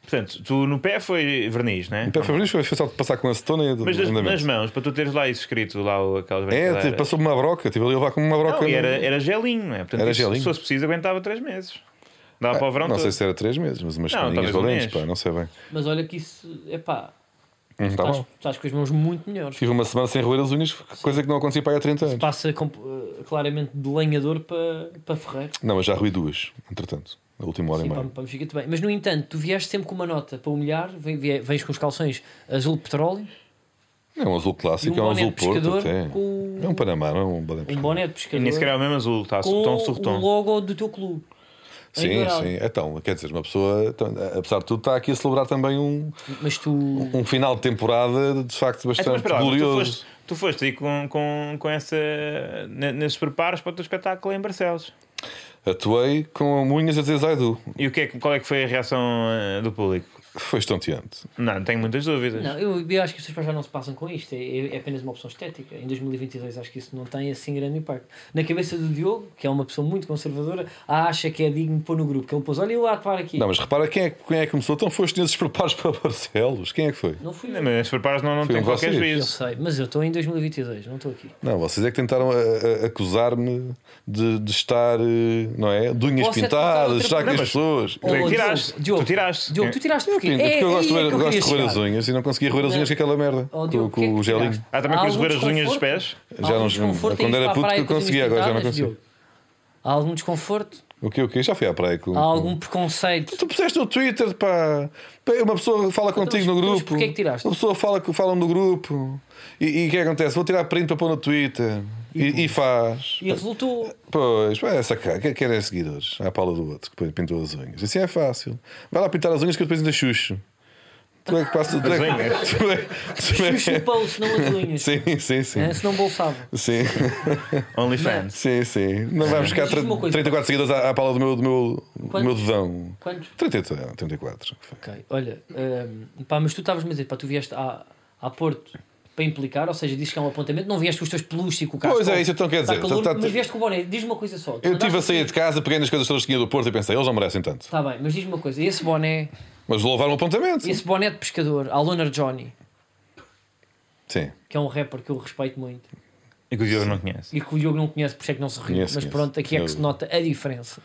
Speaker 2: Portanto, tu no pé foi verniz, né?
Speaker 3: O Hum. pé foi foi só de passar com acetona e
Speaker 2: Mas nas,
Speaker 3: andamento.
Speaker 2: nas mãos, para tu teres lá isso escrito, lá o- aquelas
Speaker 3: É,
Speaker 2: brincadeiras.
Speaker 3: tipo, passou-me uma broca, tive ali a levar com uma broca.
Speaker 2: Não, e
Speaker 3: no-
Speaker 2: era, era gelinho, não é? Portanto,
Speaker 3: Era
Speaker 2: isso,
Speaker 3: gelinho. É,
Speaker 2: se fosse preciso, aguentava 3 meses. Dava para o verão
Speaker 3: Ah, Não
Speaker 2: todo.
Speaker 3: sei se era 3 meses, mas umas
Speaker 2: Não,
Speaker 3: caninhas
Speaker 2: talvez um
Speaker 3: valentes,
Speaker 2: mês. Uhum.
Speaker 3: pá, não sei bem.
Speaker 1: Mas olha que isso, é pá,
Speaker 3: Hum, tá
Speaker 1: estás,
Speaker 3: bom.
Speaker 1: estás com as mãos muito melhores.
Speaker 3: Tive uma semana sem roer as unhas, coisa que não acontecia para aí há 30 anos.
Speaker 1: Passa com- eh, claramente de lenhador para, para ferreiro.
Speaker 3: Não, mas já roí duas, entretanto, na última hora
Speaker 1: Sim,
Speaker 3: e
Speaker 1: para,
Speaker 3: meia.
Speaker 1: para me ficar-te bem. Mas no entanto, tu vieste sempre com uma nota para humilhar, vem- vie- vens com os calções azul petróleo
Speaker 3: É um azul
Speaker 1: e um
Speaker 3: clássico, é um
Speaker 1: boné de
Speaker 3: azul porto
Speaker 1: pescador
Speaker 3: até.
Speaker 1: com
Speaker 3: É um Panamá, não é um boné
Speaker 1: um
Speaker 3: pescador.
Speaker 1: boné de
Speaker 2: E nem sequer
Speaker 1: pescador
Speaker 2: é o mesmo azul, está
Speaker 1: com um
Speaker 2: tão
Speaker 1: o
Speaker 2: surtom.
Speaker 1: logo do teu clube. em
Speaker 3: Sim,
Speaker 1: dourado.
Speaker 3: sim. Então, quer dizer, uma pessoa, então, apesar de tudo, está aqui a celebrar também um,
Speaker 1: Mas tu.
Speaker 3: um final de temporada de facto
Speaker 2: É, mas
Speaker 3: bastante
Speaker 2: espera lá, mas tu
Speaker 3: glorioso.
Speaker 2: foste, tu foste aí com, com, com essa, ne- nesses preparos para o teu espetáculo em Barcelos.
Speaker 3: Atuei com a Munhas a dizer Zaidu.
Speaker 2: E o que é, que- qual é que foi a reação eh, do público?
Speaker 3: Foi estonteante.
Speaker 2: Não, tenho muitas dúvidas.
Speaker 1: Não, eu, eu acho que os seus pais já não se passam com isto. É, é apenas uma opção estética. Em 2022 acho que isso não tem assim grande impacto. Na cabeça do Diogo, que é uma pessoa muito conservadora, acha que é digno de pôr no grupo. Que ele pôs, olha eu lá atuar aqui.
Speaker 3: Não, mas repara quem é, que- quem é que começou. Então foi os chineses preparos para Barcelos. Quem é que foi?
Speaker 1: Não fui
Speaker 2: Não,
Speaker 1: eu.
Speaker 2: Mas preparas não, não
Speaker 3: Foi
Speaker 2: tem
Speaker 3: um
Speaker 2: qualquer
Speaker 3: vocês.
Speaker 1: Eu
Speaker 2: juízo.
Speaker 1: sei, mas eu estou em 2022, não estou aqui.
Speaker 3: Não, vocês é que tentaram a- a- acusar-me de, de estar, eh, não é? De unhas
Speaker 1: Você
Speaker 3: pintadas,
Speaker 1: outra-
Speaker 3: já com
Speaker 1: Não,
Speaker 3: as
Speaker 2: mas-
Speaker 3: pessoas.
Speaker 2: Tu é que
Speaker 1: Oh,
Speaker 2: tiraste.
Speaker 1: Diogo, Diogo,
Speaker 2: Tu tiraste.
Speaker 1: Diogo, tu tiraste porquê?
Speaker 3: Pinto, porque eu
Speaker 1: aí
Speaker 3: gosto de
Speaker 1: é
Speaker 3: roer-
Speaker 1: que eu
Speaker 3: gosto de
Speaker 1: queria
Speaker 3: roer as
Speaker 1: chegar.
Speaker 3: unhas e não consegui roer as unhas com aquela merda.
Speaker 1: Oh,
Speaker 3: com
Speaker 1: Diogo,
Speaker 3: com
Speaker 1: que é que
Speaker 3: o gelinho.
Speaker 1: tiraste?
Speaker 2: Ah, também
Speaker 1: Há
Speaker 2: com as
Speaker 1: algum
Speaker 2: roer as unhas
Speaker 1: desconforto?
Speaker 2: dos pés?
Speaker 1: Há
Speaker 3: Já
Speaker 1: algum
Speaker 3: não-
Speaker 1: desconforto em
Speaker 3: quando
Speaker 1: ir
Speaker 3: era
Speaker 1: para a
Speaker 3: puto
Speaker 1: praia
Speaker 3: eu
Speaker 1: com as unhas
Speaker 3: conseguia, agora já não
Speaker 1: pintadas,
Speaker 3: consigo.
Speaker 1: Diogo? Há algum desconforto?
Speaker 3: O que, o que? Já fui à praia com.
Speaker 1: Há
Speaker 3: com-
Speaker 1: algum preconceito?
Speaker 3: Tu puseste no Twitter, pá. Pá, Uma pessoa fala contigo no
Speaker 1: Então, mas
Speaker 3: grupo.
Speaker 1: porquê é que tiraste?
Speaker 3: Uma pessoa fala, que falam no grupo. E e o que é que acontece? Vou tirar print para pôr no Twitter. E, e faz.
Speaker 1: E resultou.
Speaker 3: Pois, pá, essa cara. Quem querem seguidores? À pala do outro que pintou as unhas. Assim é fácil. Vai lá pintar as unhas que eu depois ainda xuxo. Tu é que passa. Tu é
Speaker 2: As
Speaker 3: que,
Speaker 2: unhas.
Speaker 3: tu é, tu é-
Speaker 1: Chupou, se não as unhas.
Speaker 3: Sim, sim, sim.
Speaker 1: É, Se não bolsava.
Speaker 3: Sim,
Speaker 2: OnlyFans.
Speaker 3: sim, sim. Não vai buscar
Speaker 1: Diz-me uma coisa.
Speaker 3: 34 seguidores à, à pala do meu, do meu, do meu
Speaker 1: Quantos?
Speaker 3: dedão.
Speaker 1: Quantos?
Speaker 3: 38, 34. que foi.
Speaker 1: Ok, olha, hum, pá, mas tu estavas-me a dizer, pá, tu vieste a, a Porto para implicar, ou seja, dizes que é um apontamento, não vieste com os teus peluches e com o carro.
Speaker 3: Pois é, isso então quer dizer.
Speaker 1: calor,
Speaker 3: Tá- tá-
Speaker 1: mas vieste com o boné, diz-me uma coisa só.
Speaker 3: Eu estive a sair de casa, peguei nas coisas todas que tinha do Porto e pensei, eles não merecem tanto.
Speaker 1: Está Tá bem, mas diz-me uma coisa, esse boné,
Speaker 3: Mas vou levar um apontamento.
Speaker 1: esse boné de pescador, a Loner Johnny,
Speaker 3: Sim.
Speaker 1: que é um rapper que eu respeito muito
Speaker 2: E que o Diogo não conhece.
Speaker 1: e que o Diogo não conhece, por isso é que não se riu,
Speaker 3: Conheço,
Speaker 1: mas
Speaker 3: conheço.
Speaker 1: pronto, aqui é que
Speaker 3: Eu-
Speaker 1: se nota a diferença.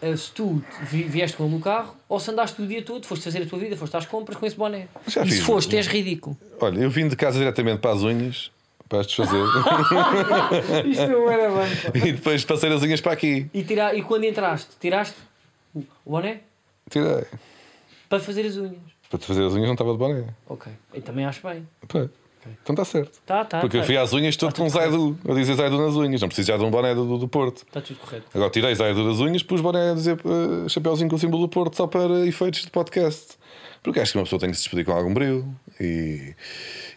Speaker 1: Uh, Se tu vi- vieste com ele no carro ou se andaste o dia todo, foste fazer a tua vida, foste às compras com esse boné.
Speaker 3: Já
Speaker 1: e se
Speaker 3: fiz.
Speaker 1: foste, és ridículo.
Speaker 3: Olha, eu vim de casa diretamente para as unhas, para as desfazer,
Speaker 1: Isto não era bem.
Speaker 3: e depois passei as unhas para aqui.
Speaker 1: E, tira, e quando entraste, tiraste o o boné
Speaker 3: Tirei.
Speaker 1: para fazer as unhas.
Speaker 3: Para te fazer as unhas não estava de boné.
Speaker 1: Ok. E também acho bem.
Speaker 3: Pá, Então está certo.
Speaker 1: Tá, tá.
Speaker 3: Porque
Speaker 1: tá.
Speaker 3: eu fui às unhas todo com Zaidu, a dizer Zaidu nas unhas. Não preciso já de um boné do, do Porto.
Speaker 1: Está Tá tudo correto.
Speaker 3: Agora tirei Zaidu das unhas, pus boné a dizer eh, chapéuzinho com o símbolo do Porto só para efeitos de podcast. Porque acho que uma pessoa tem que se despedir com algum brilho e,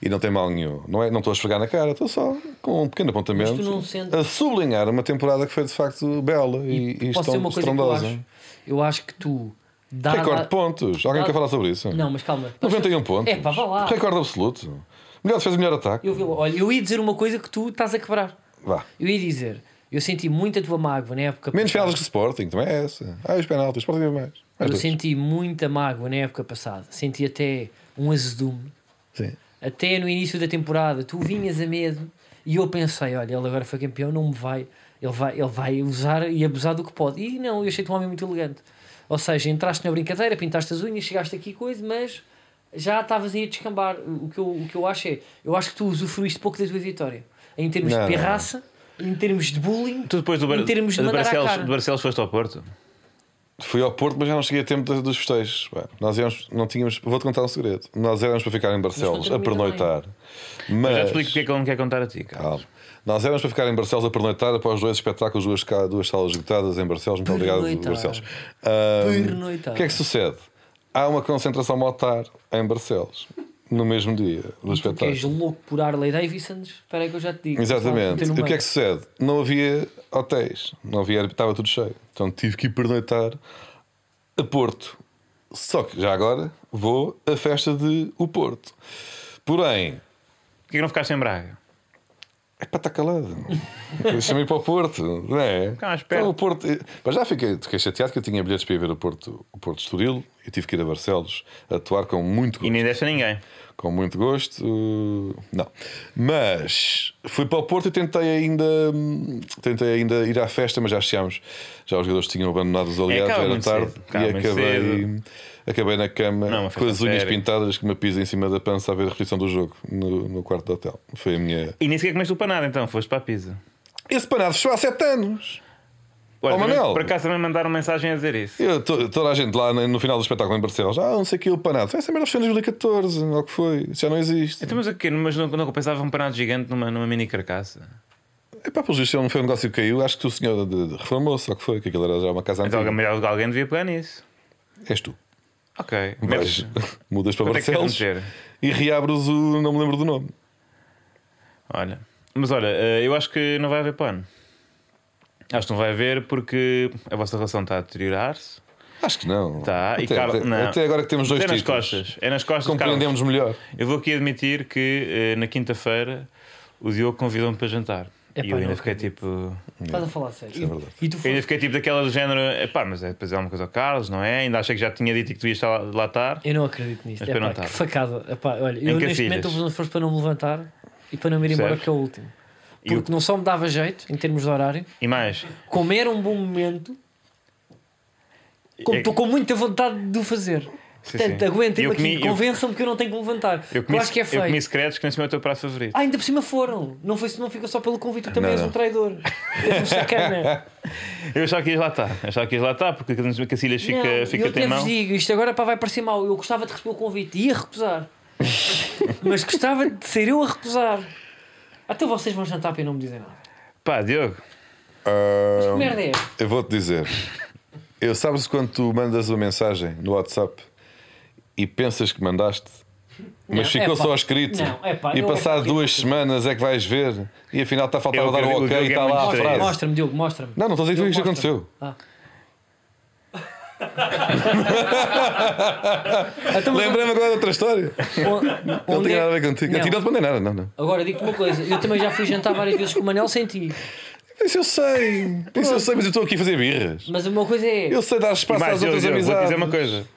Speaker 3: e não tem mal nenhum. Não é- não estou a esfregar na cara, estou só com um pequeno apontamento
Speaker 1: Mas tu não sentes-
Speaker 3: a sublinhar uma temporada que foi de facto bela e, e,
Speaker 1: Posso ser
Speaker 3: estron-
Speaker 1: uma coisa que eu
Speaker 3: estrondosa.
Speaker 1: acho? Eu acho que tu... Dá,
Speaker 3: Recorde de pontos. Alguém quer falar sobre isso?
Speaker 1: Não, mas calma.
Speaker 3: 91 pontos.
Speaker 1: É pá, vá lá.
Speaker 3: Recorde absoluto. Melhor defesa, melhor ataque.
Speaker 1: Eu vi, olha, eu ia dizer uma coisa que tu estás a quebrar.
Speaker 3: Vá.
Speaker 1: Eu ia dizer... Eu senti muito a tua mágoa na época...
Speaker 3: Menos É penaltis que Sporting, também é essa. Ah, os penaltis, o Sporting teve mais. Mais
Speaker 1: Eu
Speaker 3: dois.
Speaker 1: senti muita mágoa na época passada. Senti até um azedume.
Speaker 3: Sim.
Speaker 1: até no início da temporada tu vinhas a medo e eu pensei, olha, ele agora foi campeão, não me vai, ele vai, ele vai usar e abusar do que pode. E não, eu achei-te um homem muito elegante. Ou seja, entraste na brincadeira, pintaste as unhas, chegaste aqui e coisa, mas já estavas aí a descambar. O que, eu, o que eu acho é, eu acho que tu usufruíste pouco da tua vitória. Em termos
Speaker 3: Não,
Speaker 1: de
Speaker 3: não,
Speaker 1: pirraça, em termos de bullying,
Speaker 2: Tu depois do, Bar
Speaker 1: em termos de
Speaker 2: do,
Speaker 1: mandar à
Speaker 2: Barcelos,
Speaker 1: cara.
Speaker 2: do Barcelos foste ao Porto.
Speaker 3: Fui ao Porto, mas já não cheguei a tempo das- dos festejos. Pá, nós éramos, não tínhamos. Vou-te contar um segredo. Nós éramos para ficar em Barcelos
Speaker 1: conta-me
Speaker 3: a pernoitar. Mas.
Speaker 2: Já te explico porque é que ele não quer contar a ti, cara.
Speaker 3: Calma. Nós éramos para ficar em Barcelos a pernoitar após dois espetáculos, duas, ca- duas salas esgotadas em Barcelos. Muito obrigado,
Speaker 1: Pernoitar.
Speaker 3: Barcelos. Ahm,
Speaker 1: Pernoitar.
Speaker 3: O que é que sucede? Há uma concentração motar em Barcelos no mesmo dia do
Speaker 1: tu que
Speaker 3: espetáculo.
Speaker 1: és louco por Harley Davidson, espera aí que eu já te digo.
Speaker 3: Exatamente.
Speaker 1: Só meter no
Speaker 3: O que é
Speaker 1: meio.
Speaker 3: que sucede? Não havia hotéis, não havia, estava tudo cheio. Então tive que ir pernoitar a Porto. Só que já agora vou à festa de O Porto. Porém,
Speaker 2: Porquê que não ficaste em Braga?
Speaker 3: é para estar calado. Deixa-me ir para o Porto, não é?
Speaker 2: Cá, espera.
Speaker 3: o Porto. Mas já fiquei, fiquei chateado que eu tinha bilhetes para ir ver o Porto, o Porto Estoril e tive que ir a Barcelos atuar com muito
Speaker 2: E
Speaker 3: gosto.
Speaker 2: nem deste a ninguém.
Speaker 3: Com muito gosto, uh, não. Mas fui para o Porto e tentei ainda, hum, tentei ainda ir à festa, mas já chegámos. Já os jogadores tinham abandonado os aliados,
Speaker 2: acaba
Speaker 3: era
Speaker 2: muito
Speaker 3: tarde.
Speaker 2: cedo, acaba
Speaker 3: e
Speaker 2: muito
Speaker 3: acabei,
Speaker 2: cedo.
Speaker 3: acabei na cama
Speaker 2: Não, uma
Speaker 3: com as
Speaker 2: festa
Speaker 3: unhas
Speaker 2: séria.
Speaker 3: pintadas que me pisa em cima da pança a ver a repetição do jogo no, no quarto do hotel. Foi a minha.
Speaker 2: E nem sequer comeste o panado, então. Foste para a Pisa.
Speaker 3: Esse panado fechou há 7 anos.
Speaker 2: Olha,
Speaker 3: Oh,
Speaker 2: também-
Speaker 3: Manel.
Speaker 2: por acaso também mandaram mensagem a dizer isso.
Speaker 3: Eu, to- toda a gente lá no final do espetáculo em Barcelos, ah, não sei o que, o panado. Essa merda fechou em 2014, ou o que foi? Isso já não existe.
Speaker 2: Então, mas o quê? Mas não, não compensava um panado gigante numa, numa mini carcaça?
Speaker 3: Epá, pelo visto, não foi um negócio que caiu. Acho que o senhor de- de- reformou-se, ou que foi, que aquilo era já uma casa
Speaker 2: Então,
Speaker 3: antiga.
Speaker 2: alguém, alguém devia pegar nisso.
Speaker 3: És tu.
Speaker 2: Ok.
Speaker 3: Mas
Speaker 2: Mas,
Speaker 3: mudas para
Speaker 2: Quanto é que
Speaker 3: Barcelos
Speaker 2: quer dizer?
Speaker 3: e reabres o. Não me lembro do nome.
Speaker 2: olha. Mas olha, eh, eu acho que não vai haver pano. Acho que não vai haver porque a vossa relação está a deteriorar-se.
Speaker 3: Acho que não.
Speaker 2: Tá,
Speaker 3: até,
Speaker 2: e Carlos-
Speaker 3: até-
Speaker 2: não.
Speaker 3: até agora que temos dois
Speaker 2: é nas
Speaker 3: títulos.
Speaker 2: costas. É nas costas,
Speaker 3: Compreendemos
Speaker 2: Carlos.
Speaker 3: melhor.
Speaker 2: Eu vou aqui admitir que eh, na quinta-feira o Diogo convidou-me para jantar.
Speaker 1: Epá,
Speaker 2: e eu ainda
Speaker 1: não
Speaker 2: fiquei
Speaker 1: acredito.
Speaker 2: tipo.
Speaker 1: Estás a falar sério.
Speaker 3: Isso é verdade.
Speaker 1: E tu
Speaker 2: Eu ainda
Speaker 1: foste.
Speaker 2: fiquei tipo daquela do género. Epá, mas é depois é uma coisa ao Carlos, não é? Ainda achei que já tinha dito que tu ias estar lá, lá estar.
Speaker 1: Eu não acredito nisto.
Speaker 2: Mas É para
Speaker 1: Epá,
Speaker 2: não estar.
Speaker 1: que facada. Epá, olha, eu neste
Speaker 2: Cacilhas.
Speaker 1: momento eu vou fazer para não me levantar e para não me ir embora,
Speaker 2: Percebes?
Speaker 1: que é o último.
Speaker 2: E
Speaker 1: Porque não só me dava jeito em termos de horário,
Speaker 2: E mais.
Speaker 1: como era um bom momento, como
Speaker 2: é-
Speaker 1: estou com muita vontade de o fazer.
Speaker 2: Sim,
Speaker 1: Portanto,
Speaker 2: sim.
Speaker 1: aguentem-me
Speaker 2: Eu comi-
Speaker 1: aqui,
Speaker 2: eu-
Speaker 1: convençam-me que eu não tenho que me levantar. eu
Speaker 2: Eu comi,
Speaker 1: acho que é
Speaker 2: eu comi
Speaker 1: feio.
Speaker 2: secretos que nem sempre é o teu prato favorito.
Speaker 1: Ah, ainda por cima foram. Não foi não fica só pelo convite, tu também
Speaker 3: Não,
Speaker 1: és
Speaker 3: não.
Speaker 1: um traidor. És um sacana.
Speaker 2: Eu achava que ias lá estar. Eu achava que ias lá estar, porque a Cacilhas
Speaker 1: Não,
Speaker 2: fica,
Speaker 1: eu
Speaker 2: fica
Speaker 1: até
Speaker 2: tem
Speaker 1: vos
Speaker 2: mão.
Speaker 1: digo, isto agora pá, vai parecer mal. Eu gostava de receber o convite, ia recusar, mas gostava de ser eu a recusar. Até vocês vão jantar para eu não me dizem nada.
Speaker 2: Pá, Diogo.
Speaker 3: Ah,
Speaker 1: Que merda é esta?
Speaker 3: eu vou-te dizer. Eu sabes quando tu mandas uma mensagem no WhatsApp e pensas que mandaste, mas
Speaker 1: Não,
Speaker 3: ficou
Speaker 1: epá.
Speaker 3: só escrito.
Speaker 1: Não, epá,
Speaker 3: e
Speaker 1: eu-
Speaker 3: passado
Speaker 1: eu-
Speaker 3: duas semanas é que vais ver e afinal está a faltar
Speaker 2: Eu-
Speaker 3: dar
Speaker 2: eu-
Speaker 3: o
Speaker 2: eu-
Speaker 3: ok
Speaker 2: eu-
Speaker 3: e está
Speaker 2: eu-
Speaker 3: lá
Speaker 2: eu-
Speaker 3: a
Speaker 1: Mostra-me,
Speaker 3: frase.
Speaker 1: Mostra-me, Diogo, mostra-me.
Speaker 3: Não, não estou a dizer que foi isto que
Speaker 1: Mostra-me.
Speaker 3: aconteceu.
Speaker 1: Ah. Então, mas
Speaker 3: Lembrei-me agora de outra história.
Speaker 1: onde-
Speaker 3: Não
Speaker 1: onde
Speaker 3: tem
Speaker 1: é-
Speaker 3: nada a ver contigo. A ti
Speaker 1: Não.
Speaker 3: não te mandei nada, não, não.
Speaker 1: Agora digo-te uma coisa, eu também já fui jantar várias vezes com o Manel sem ti,
Speaker 3: Isso eu sei. Isso eu sei, mas eu estou aqui a fazer birras.
Speaker 1: mas uma coisa é.
Speaker 3: Eu sei dar
Speaker 2: E
Speaker 3: espaço
Speaker 2: mais,
Speaker 3: às
Speaker 2: Diogo,
Speaker 3: outras
Speaker 2: Diogo, vou-te
Speaker 3: amizades.
Speaker 2: dizer uma coisa.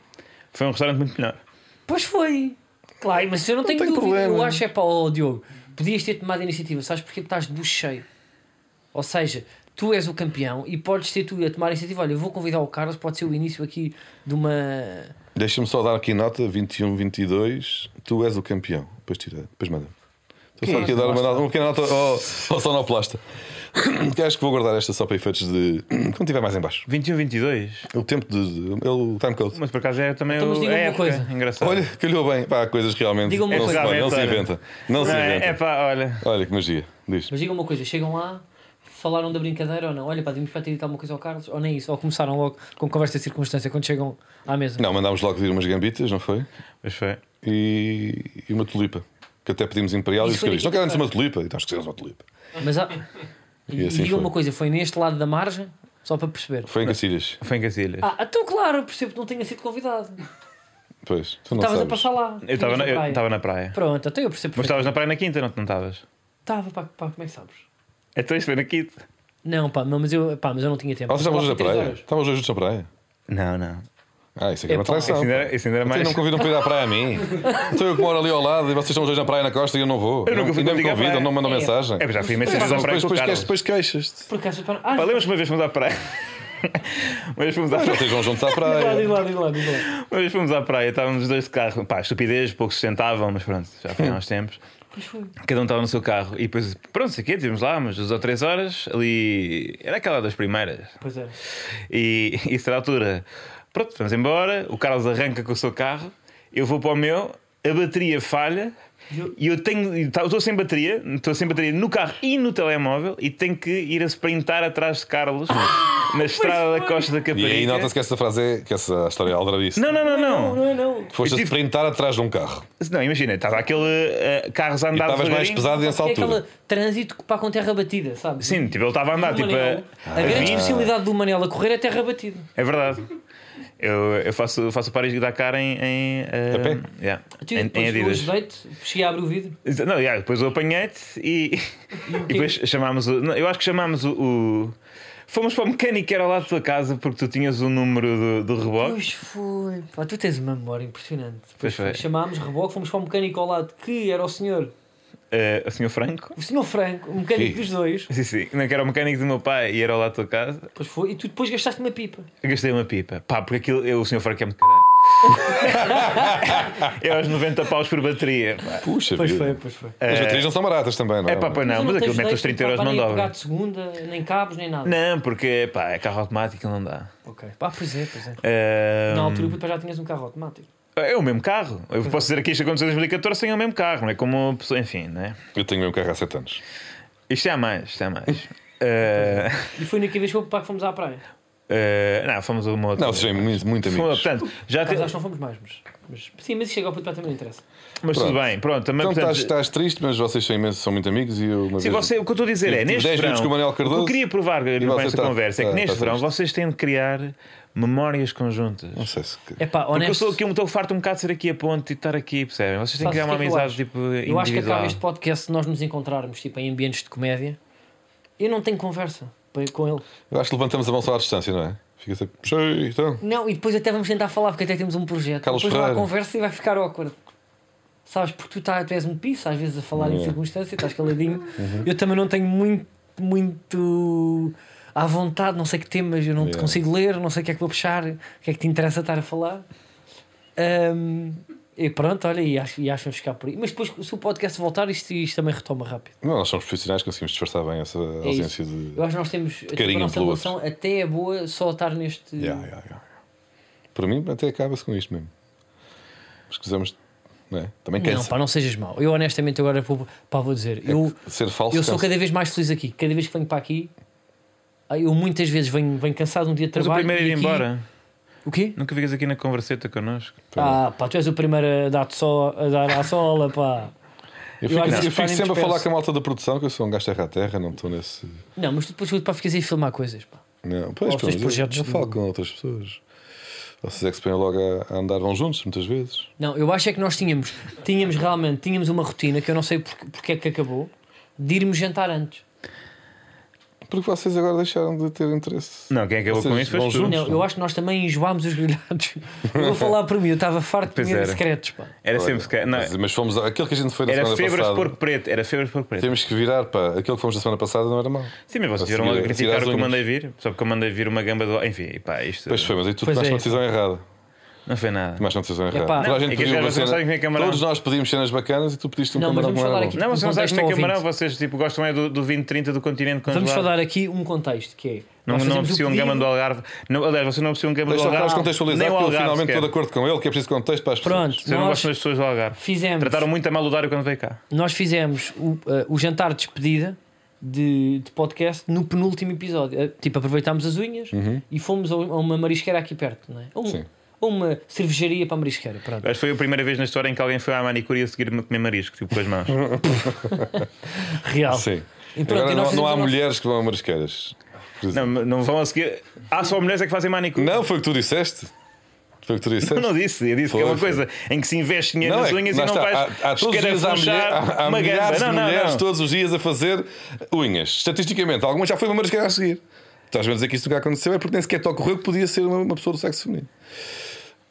Speaker 2: Foi um restaurante muito melhor.
Speaker 1: Pois foi. Claro, mas eu não tenho
Speaker 3: tenho
Speaker 1: dúvida.
Speaker 3: problema.
Speaker 1: Eu acho é pá, ó, Diogo, podias ter tomado a iniciativa, sabes porque estás de bucho cheio. Ou seja, tu és o campeão e podes ser tu a tomar a iniciativa. Olha, eu vou convidar o Carlos, pode ser o início aqui de uma.
Speaker 3: Deixa-me só dar aqui nota: 21, 22. Tu és o campeão. Depois tira, depois manda. Estou só aqui a dar uma, nota, uma pequena nota ao, ao sonoplasta. Que acho que vou guardar esta só para efeitos de. Quando estiver mais em baixo.
Speaker 2: 21, 22.
Speaker 3: O tempo de. de- o time code.
Speaker 2: Mas por acaso é também
Speaker 1: Então, mas
Speaker 2: o, a
Speaker 1: diga-me uma
Speaker 2: época.
Speaker 1: coisa.
Speaker 2: Engraçado.
Speaker 3: Olha, calhou bem. Pá, coisas realmente.
Speaker 1: Diga-me uma
Speaker 3: não,
Speaker 1: coisa.
Speaker 3: Se, olha, não se
Speaker 2: Olha.
Speaker 3: inventa. Não se
Speaker 2: Não, é,
Speaker 3: inventa.
Speaker 2: é pá, olha.
Speaker 3: Olha que magia. Diz.
Speaker 1: Mas digam uma coisa, chegam lá, falaram da brincadeira ou não? Olha, pá, dimos para ter dito alguma coisa ao Carlos, ou nem isso, ou começaram logo com conversa de circunstância quando chegam à mesa.
Speaker 3: Não, mandámos logo vir umas gambitas, não foi?
Speaker 2: Mas foi.
Speaker 3: E, e uma tulipa. Que até pedimos Imperial
Speaker 1: Isso
Speaker 3: e o senhor
Speaker 1: foi
Speaker 3: disse: Não quero antes uma tulipa. E nós quisemos uma tulipa.
Speaker 1: Mas há... E,
Speaker 3: E assim
Speaker 1: digam
Speaker 3: foi.
Speaker 1: uma coisa, foi neste lado da margem, só para perceber.
Speaker 3: Foi em Cacilhas.
Speaker 2: Foi em Cacilhas.
Speaker 1: Ah, então claro, eu percebo que não tenha sido convidado.
Speaker 3: Pois. Tu não
Speaker 1: Estavas a
Speaker 3: sabes.
Speaker 1: passar lá.
Speaker 2: eu estava na,
Speaker 1: Tinhas
Speaker 2: eu
Speaker 1: praia.
Speaker 2: estava na praia.
Speaker 1: Pronto, até eu percebo.
Speaker 2: Mas estavas na praia na quinta, não não estavas?
Speaker 1: Estava, pá, pá, como é que sabes?
Speaker 2: Então isso foi na quinta.
Speaker 1: Não, pá, não, mas eu, pá, mas eu não tinha tempo.
Speaker 3: Ah, vocês
Speaker 1: Lá
Speaker 3: estavam
Speaker 1: fui
Speaker 3: juntos na
Speaker 1: três
Speaker 3: praia?
Speaker 1: horas.
Speaker 3: Estavam os dois juntos na praia?
Speaker 2: Não, não.
Speaker 3: Ah, isso aqui é uma
Speaker 1: Epá,
Speaker 3: traição.
Speaker 2: Isso ainda era, isso ainda era
Speaker 3: Vocês
Speaker 2: mais.
Speaker 3: não me convidam para ir à praia a mim. Então eu que moro ali ao lado e vocês estão os dois na praia na costa e eu não vou.
Speaker 2: Eu nunca fui
Speaker 3: Ainda me
Speaker 2: contigo à
Speaker 3: convidam,
Speaker 2: praia.
Speaker 3: não me mandam
Speaker 1: É.
Speaker 3: mensagem.
Speaker 2: É, mas já fui imensas
Speaker 3: Mas
Speaker 2: vezes à praia
Speaker 3: depois,
Speaker 2: com o
Speaker 3: depois,
Speaker 2: Carlos.
Speaker 3: queixas- depois queixas-te.
Speaker 1: Por acaso, pá, ah,
Speaker 2: um. Pá, lembras-te uma vez fomos à praia? Uma vez fomos à praia.
Speaker 3: Vocês vão juntos à
Speaker 1: diz ah, lá,
Speaker 3: praia.
Speaker 1: diz lá, diz lá, diz lá.
Speaker 2: Uma vez fomos à praia, estávamos os dois de carro. Pá, estupidez, poucos se sentavam, mas pronto, já foi há uns tempos.
Speaker 1: Pois foi.
Speaker 2: Cada um estava no seu carro. E depois, pronto, sei quê, tivemos lá umas duas ou três horas. Ali, era aquela das primeiras.
Speaker 1: Pois é.
Speaker 2: E isso era a altura. Pronto, vamos embora. O Carlos arranca com o seu carro. Eu vou para o meu. A bateria falha. E eu tenho. e tá- Estou sem bateria. Estou sem bateria no carro e no telemóvel. E tenho que ir a sprintar atrás de Carlos na estrada da Costa da
Speaker 3: E
Speaker 2: Caparica.
Speaker 3: aí nota-se que essa frase é que essa história é aldrabice.
Speaker 2: Não, não, não,
Speaker 1: Não,
Speaker 2: não.
Speaker 1: não é não.
Speaker 3: Foste
Speaker 2: Eu
Speaker 3: a
Speaker 2: tive-
Speaker 3: sprintar atrás de um carro.
Speaker 2: Não, imagina, estava aquele eh, carros a
Speaker 3: E
Speaker 2: andar
Speaker 3: estavas mais
Speaker 2: devagarinho.
Speaker 3: pesado nessa
Speaker 1: É
Speaker 3: altura.
Speaker 1: aquele trânsito que pá com terra batida, sabe?
Speaker 2: Sim, tipo, ele estava a andar,
Speaker 1: O
Speaker 2: tipo.
Speaker 1: Manel,
Speaker 2: a-
Speaker 1: a grande
Speaker 2: a-
Speaker 1: especialidade do Manel a correr é terra batida.
Speaker 2: É verdade. Eu, eu faço, faço Paris de Dakar em. em eh,
Speaker 3: A pé?
Speaker 2: yeah,
Speaker 1: Tu
Speaker 2: em, em
Speaker 1: depois
Speaker 2: Adidas.
Speaker 1: hoje deito, cheguei a abrir o vidro.
Speaker 2: Não, yeah, depois eu apanhei-te e, e depois chamámos. O, não, eu acho que chamámos o, o- Fomos para o mecânico que era lá da tua casa porque tu tinhas o número do, do reboque.
Speaker 1: Pois foi. Pá, tu tens uma memória impressionante.
Speaker 2: Oh. Pois foi.
Speaker 1: Chamámos reboque, fomos para o mecânico ao lado que era o senhor,
Speaker 2: Eh, o senhor Franco.
Speaker 1: o senhor Franco, o mecânico
Speaker 3: Sim.
Speaker 1: dos dois.
Speaker 2: Sim, sim. Não, que era o mecânico do meu pai e era lá da tua casa.
Speaker 1: Pois foi. E tu depois gastaste uma pipa.
Speaker 2: Eu gastei uma pipa. Pá, porque aquilo, eu, o senhor Franco é muito caralho. é aos 90 paus por bateria. pá.
Speaker 3: Puxa,
Speaker 1: Pois foi,
Speaker 3: vida.
Speaker 1: pois foi.
Speaker 3: As baterias não são baratas também, não é?
Speaker 2: É pá, É. pois
Speaker 1: eu
Speaker 2: não, mas aquilo
Speaker 1: tens
Speaker 2: mete os
Speaker 1: leite,
Speaker 2: 30
Speaker 1: pá,
Speaker 2: euros
Speaker 1: para
Speaker 2: não
Speaker 1: nem pegar
Speaker 2: dobra.
Speaker 1: de segunda, nem cabos, nem nada.
Speaker 2: Não, porque pá, é carro automático, não dá. Ehm,
Speaker 1: Ok. Pá, pois é, pois é.
Speaker 2: Ahm,
Speaker 1: Na altura depois já tinhas um carro automático.
Speaker 2: É o mesmo carro. Eu posso dizer que isto aconteceu em 2014 sem o mesmo carro, não é como uma pessoa, enfim, né?
Speaker 3: Eu tenho o meu carro há 7 anos.
Speaker 2: Isto é a mais, isto é a mais. Ah,
Speaker 1: E foi naquele vez que eu- pá, que fomos à praia.
Speaker 2: Eh, não, fomos a uma outra.
Speaker 3: Não, vocês são muito, muito
Speaker 2: Fomos-
Speaker 3: amigos.
Speaker 2: Portanto, já te...
Speaker 1: Mas nós não fomos mais, mas, mas- Sim, mas isso chega ao puto pá, também não interessa.
Speaker 2: Mas tudo
Speaker 3: Pronto.
Speaker 2: bem, pronto. Também,
Speaker 3: Então
Speaker 2: portanto,
Speaker 3: estás, estás triste, mas vocês são imensos, são muito amigos e eu uma
Speaker 2: Sim,
Speaker 3: vez-
Speaker 2: você, o que eu estou a dizer é,
Speaker 3: Tive
Speaker 2: neste verão,
Speaker 3: 10 Tipo, minutos com o Manuel
Speaker 2: o que eu
Speaker 3: Cardoso
Speaker 2: queria provar
Speaker 3: você
Speaker 2: com esta
Speaker 3: tá-
Speaker 2: conversa é que
Speaker 3: tá-
Speaker 2: neste
Speaker 3: tá
Speaker 2: verão
Speaker 3: triste.
Speaker 2: vocês têm de criar memórias conjuntas.
Speaker 3: Não sei se.
Speaker 1: É pá,
Speaker 2: Porque eu
Speaker 1: honesto.
Speaker 2: sou aqui, eu estou farto um bocado de ser aqui a ponte e estar aqui, percebem? Vocês têm que
Speaker 1: sabes
Speaker 2: criar
Speaker 1: o
Speaker 2: uma
Speaker 1: é eu
Speaker 2: amizade
Speaker 1: acho?
Speaker 2: tipo
Speaker 1: Eu acho que acaba
Speaker 2: individual.
Speaker 1: este podcast se nós nos encontrarmos tipo, em ambientes de comédia. Eu não tenho conversa pa- com ele.
Speaker 3: Eu acho que levantamos a mão só à distância, não é? Fica sempre. Puxei, então.
Speaker 1: Não, e depois até vamos tentar falar, porque até temos um projeto.
Speaker 3: Carlos
Speaker 1: depois lá a
Speaker 3: Ferreira.
Speaker 1: conversa e vai ficar awkward. Sabes, porque tu, tá, tu és um piso, às vezes a falar em
Speaker 3: Yeah.
Speaker 1: circunstância, estás caladinho.
Speaker 3: Uhum.
Speaker 1: Eu também não tenho muito, muito à vontade, não sei que temas, eu não te
Speaker 3: Yeah.
Speaker 1: consigo ler, não sei o que é que vou puxar, o que é que te interessa estar a falar. Ahm, e pronto, olha, e acho, e acho que vamos ficar por aí. Mas depois, se o podcast voltar, isto, isto também retoma rápido.
Speaker 3: Não, nós somos profissionais, conseguimos disfarçar bem essa
Speaker 1: É isso.
Speaker 3: ausência de.
Speaker 1: Eu acho que nós temos tipo,
Speaker 3: carinho
Speaker 1: a nossa
Speaker 3: pelo
Speaker 1: relação até é boa só estar neste.
Speaker 3: Yeah, yeah, yeah. Para mim, até acaba-se com isto mesmo. Mas precisamos. Não é? Também
Speaker 1: Não,
Speaker 3: cansa. É
Speaker 1: pá, não sejas mau. Eu honestamente agora vou, pá, vou
Speaker 2: É
Speaker 1: dizer, eu,
Speaker 3: Ser falso.
Speaker 1: eu sou
Speaker 3: cansa.
Speaker 1: cada vez mais feliz aqui. Cada vez que venho para aqui, ah, eu muitas vezes venho, venho cansado um dia de
Speaker 2: Mas
Speaker 1: trabalho.
Speaker 2: o primeiro é
Speaker 1: e
Speaker 2: ir
Speaker 1: aqui-
Speaker 2: embora. é.
Speaker 1: O quê?
Speaker 2: Nunca ficas aqui na converseta connosco.
Speaker 1: Ah, pá, tu és o primeiro a dar-te só a dar à sola, pá.
Speaker 3: Eu fico,
Speaker 1: Eu acho que
Speaker 3: eu fico
Speaker 1: estarem
Speaker 3: sempre a
Speaker 1: dispersos.
Speaker 3: falar com a malta da produção, que eu sou um gajo terra a terra, não estou nesse.
Speaker 1: Não, mas tu depois para ficas aí a filmar coisas, pá.
Speaker 3: Não, pois,
Speaker 1: Ou
Speaker 3: pelo
Speaker 1: seus
Speaker 3: menos eu,
Speaker 1: projetos
Speaker 3: eu
Speaker 1: de-
Speaker 3: falo com outras pessoas. Vocês é que se põem logo a, a andar, vão juntos, muitas vezes.
Speaker 1: Não, eu acho é que nós tínhamos, tínhamos realmente, tínhamos uma rotina que eu não sei porque, porque é que acabou, de irmos jantar antes.
Speaker 3: Porque vocês agora deixaram de ter interesse.
Speaker 2: Não, quem acabou
Speaker 3: Vocês
Speaker 2: com isso foi
Speaker 3: vão
Speaker 2: tu.
Speaker 3: juntos?
Speaker 1: Não, eu acho que nós também enjoámos os grelhados. Eu vou falar por mim, eu estava farto de
Speaker 2: Pois
Speaker 1: comer
Speaker 2: era.
Speaker 1: secretos, pá.
Speaker 2: Era
Speaker 3: Olha,
Speaker 2: é sempre. se calhar- não,
Speaker 3: Mas, mas fomos. Aquilo que a gente foi na
Speaker 2: era
Speaker 3: semana
Speaker 2: febras
Speaker 3: passada.
Speaker 2: de porco preto. Era febras de porco preto.
Speaker 3: Temos que virar para. Aquilo que fomos na semana passada não era mal.
Speaker 2: Sim, mas
Speaker 3: A
Speaker 2: vocês vieram logo
Speaker 3: seguir, a seguir
Speaker 2: criticar
Speaker 3: às
Speaker 2: o que eu
Speaker 3: unhas.
Speaker 2: mandei vir. Só porque eu mandei vir uma gamba do. Enfim, pá, isto.
Speaker 3: Pois foi, mas aí tu
Speaker 1: Pois
Speaker 3: tomaste
Speaker 1: é.
Speaker 3: uma decisão errada.
Speaker 2: Não foi nada.
Speaker 3: Tomaste uma decisão errada.
Speaker 1: pá,
Speaker 3: Toda a
Speaker 2: é que
Speaker 3: gente
Speaker 2: as
Speaker 3: pediu uma
Speaker 2: gajas não
Speaker 3: cena-
Speaker 2: sabem quem é camarão.
Speaker 3: Todos nós pedimos cenas bacanas e tu pediste um
Speaker 1: Não, mas
Speaker 3: camarão
Speaker 1: vamos
Speaker 3: com
Speaker 1: falar
Speaker 3: água.
Speaker 1: aqui-
Speaker 2: Não, vocês não
Speaker 1: Um
Speaker 2: sabem
Speaker 1: contexto
Speaker 2: quem é
Speaker 1: ao
Speaker 2: camarão.
Speaker 1: ouvinte.
Speaker 2: Vocês tipo, gostam é do, do 2030 do continente congelado.
Speaker 1: Vamos só dar aqui um contexto que é. nós
Speaker 2: Não, não
Speaker 1: fazemos o
Speaker 2: apreciam um
Speaker 1: pedido-
Speaker 2: gama do Algarve. Não, aliás, você não aprecia um gama do
Speaker 3: Deixa o
Speaker 2: Algarve.
Speaker 3: Carlos contextualizar,
Speaker 2: nem o
Speaker 3: porque eu
Speaker 2: Algarve
Speaker 3: finalmente
Speaker 2: sequer.
Speaker 3: estou de acordo com ele, que é preciso contexto para as pessoas.
Speaker 1: Pronto,
Speaker 2: Eu não
Speaker 1: nós-
Speaker 2: gosto das pessoas do Algarve.
Speaker 1: Fizemos.
Speaker 2: Trataram muito a mal o Dário quando veio cá.
Speaker 3: um-
Speaker 1: Nós fizemos o, eh, o jantar de despedida de, de podcast no penúltimo episódio. Eh, tipo, aproveitámos as unhas e fomos a, a uma marisqueira aqui perto, não é? Ou, um-
Speaker 3: Uhum. Sim.
Speaker 1: ou uma cervejaria para a marisqueira, pronto.
Speaker 2: Acho que foi a primeira vez na história em que alguém foi à manicure e a seguir-me a comer marisco, tipo com as mãos.
Speaker 1: Real.
Speaker 3: Sim.
Speaker 1: E pronto,
Speaker 3: Agora
Speaker 1: e nós
Speaker 3: não,
Speaker 1: fizemos
Speaker 3: não há
Speaker 1: a nossa-
Speaker 3: mulheres que vão a marisqueiras. Por exemplo.
Speaker 2: não, não vão a seguir. Há só mulheres é que fazem manicure.
Speaker 3: Não, foi o que tu disseste. Foi o que tu disseste.
Speaker 2: Eu não disse, eu disse que é uma
Speaker 3: Foi,
Speaker 2: coisa em que se investe dinheiro
Speaker 3: Não,
Speaker 2: nas
Speaker 3: é que
Speaker 2: unhas
Speaker 3: lá
Speaker 2: e não
Speaker 3: está,
Speaker 2: vais
Speaker 3: há, há todos os dias há,
Speaker 2: escarafunchar
Speaker 3: mulher, há, há
Speaker 2: uma
Speaker 3: milhares
Speaker 2: gamba.
Speaker 3: de
Speaker 2: Não, não,
Speaker 3: mulheres
Speaker 2: não.
Speaker 3: todos os dias a fazer eh, unhas. Estatisticamente, algumas já foi uma marisqueira a seguir. Estás a dizer que isso nunca aconteceu? É porque nem sequer te ocorreu que podia ser uma, uma pessoa do sexo feminino.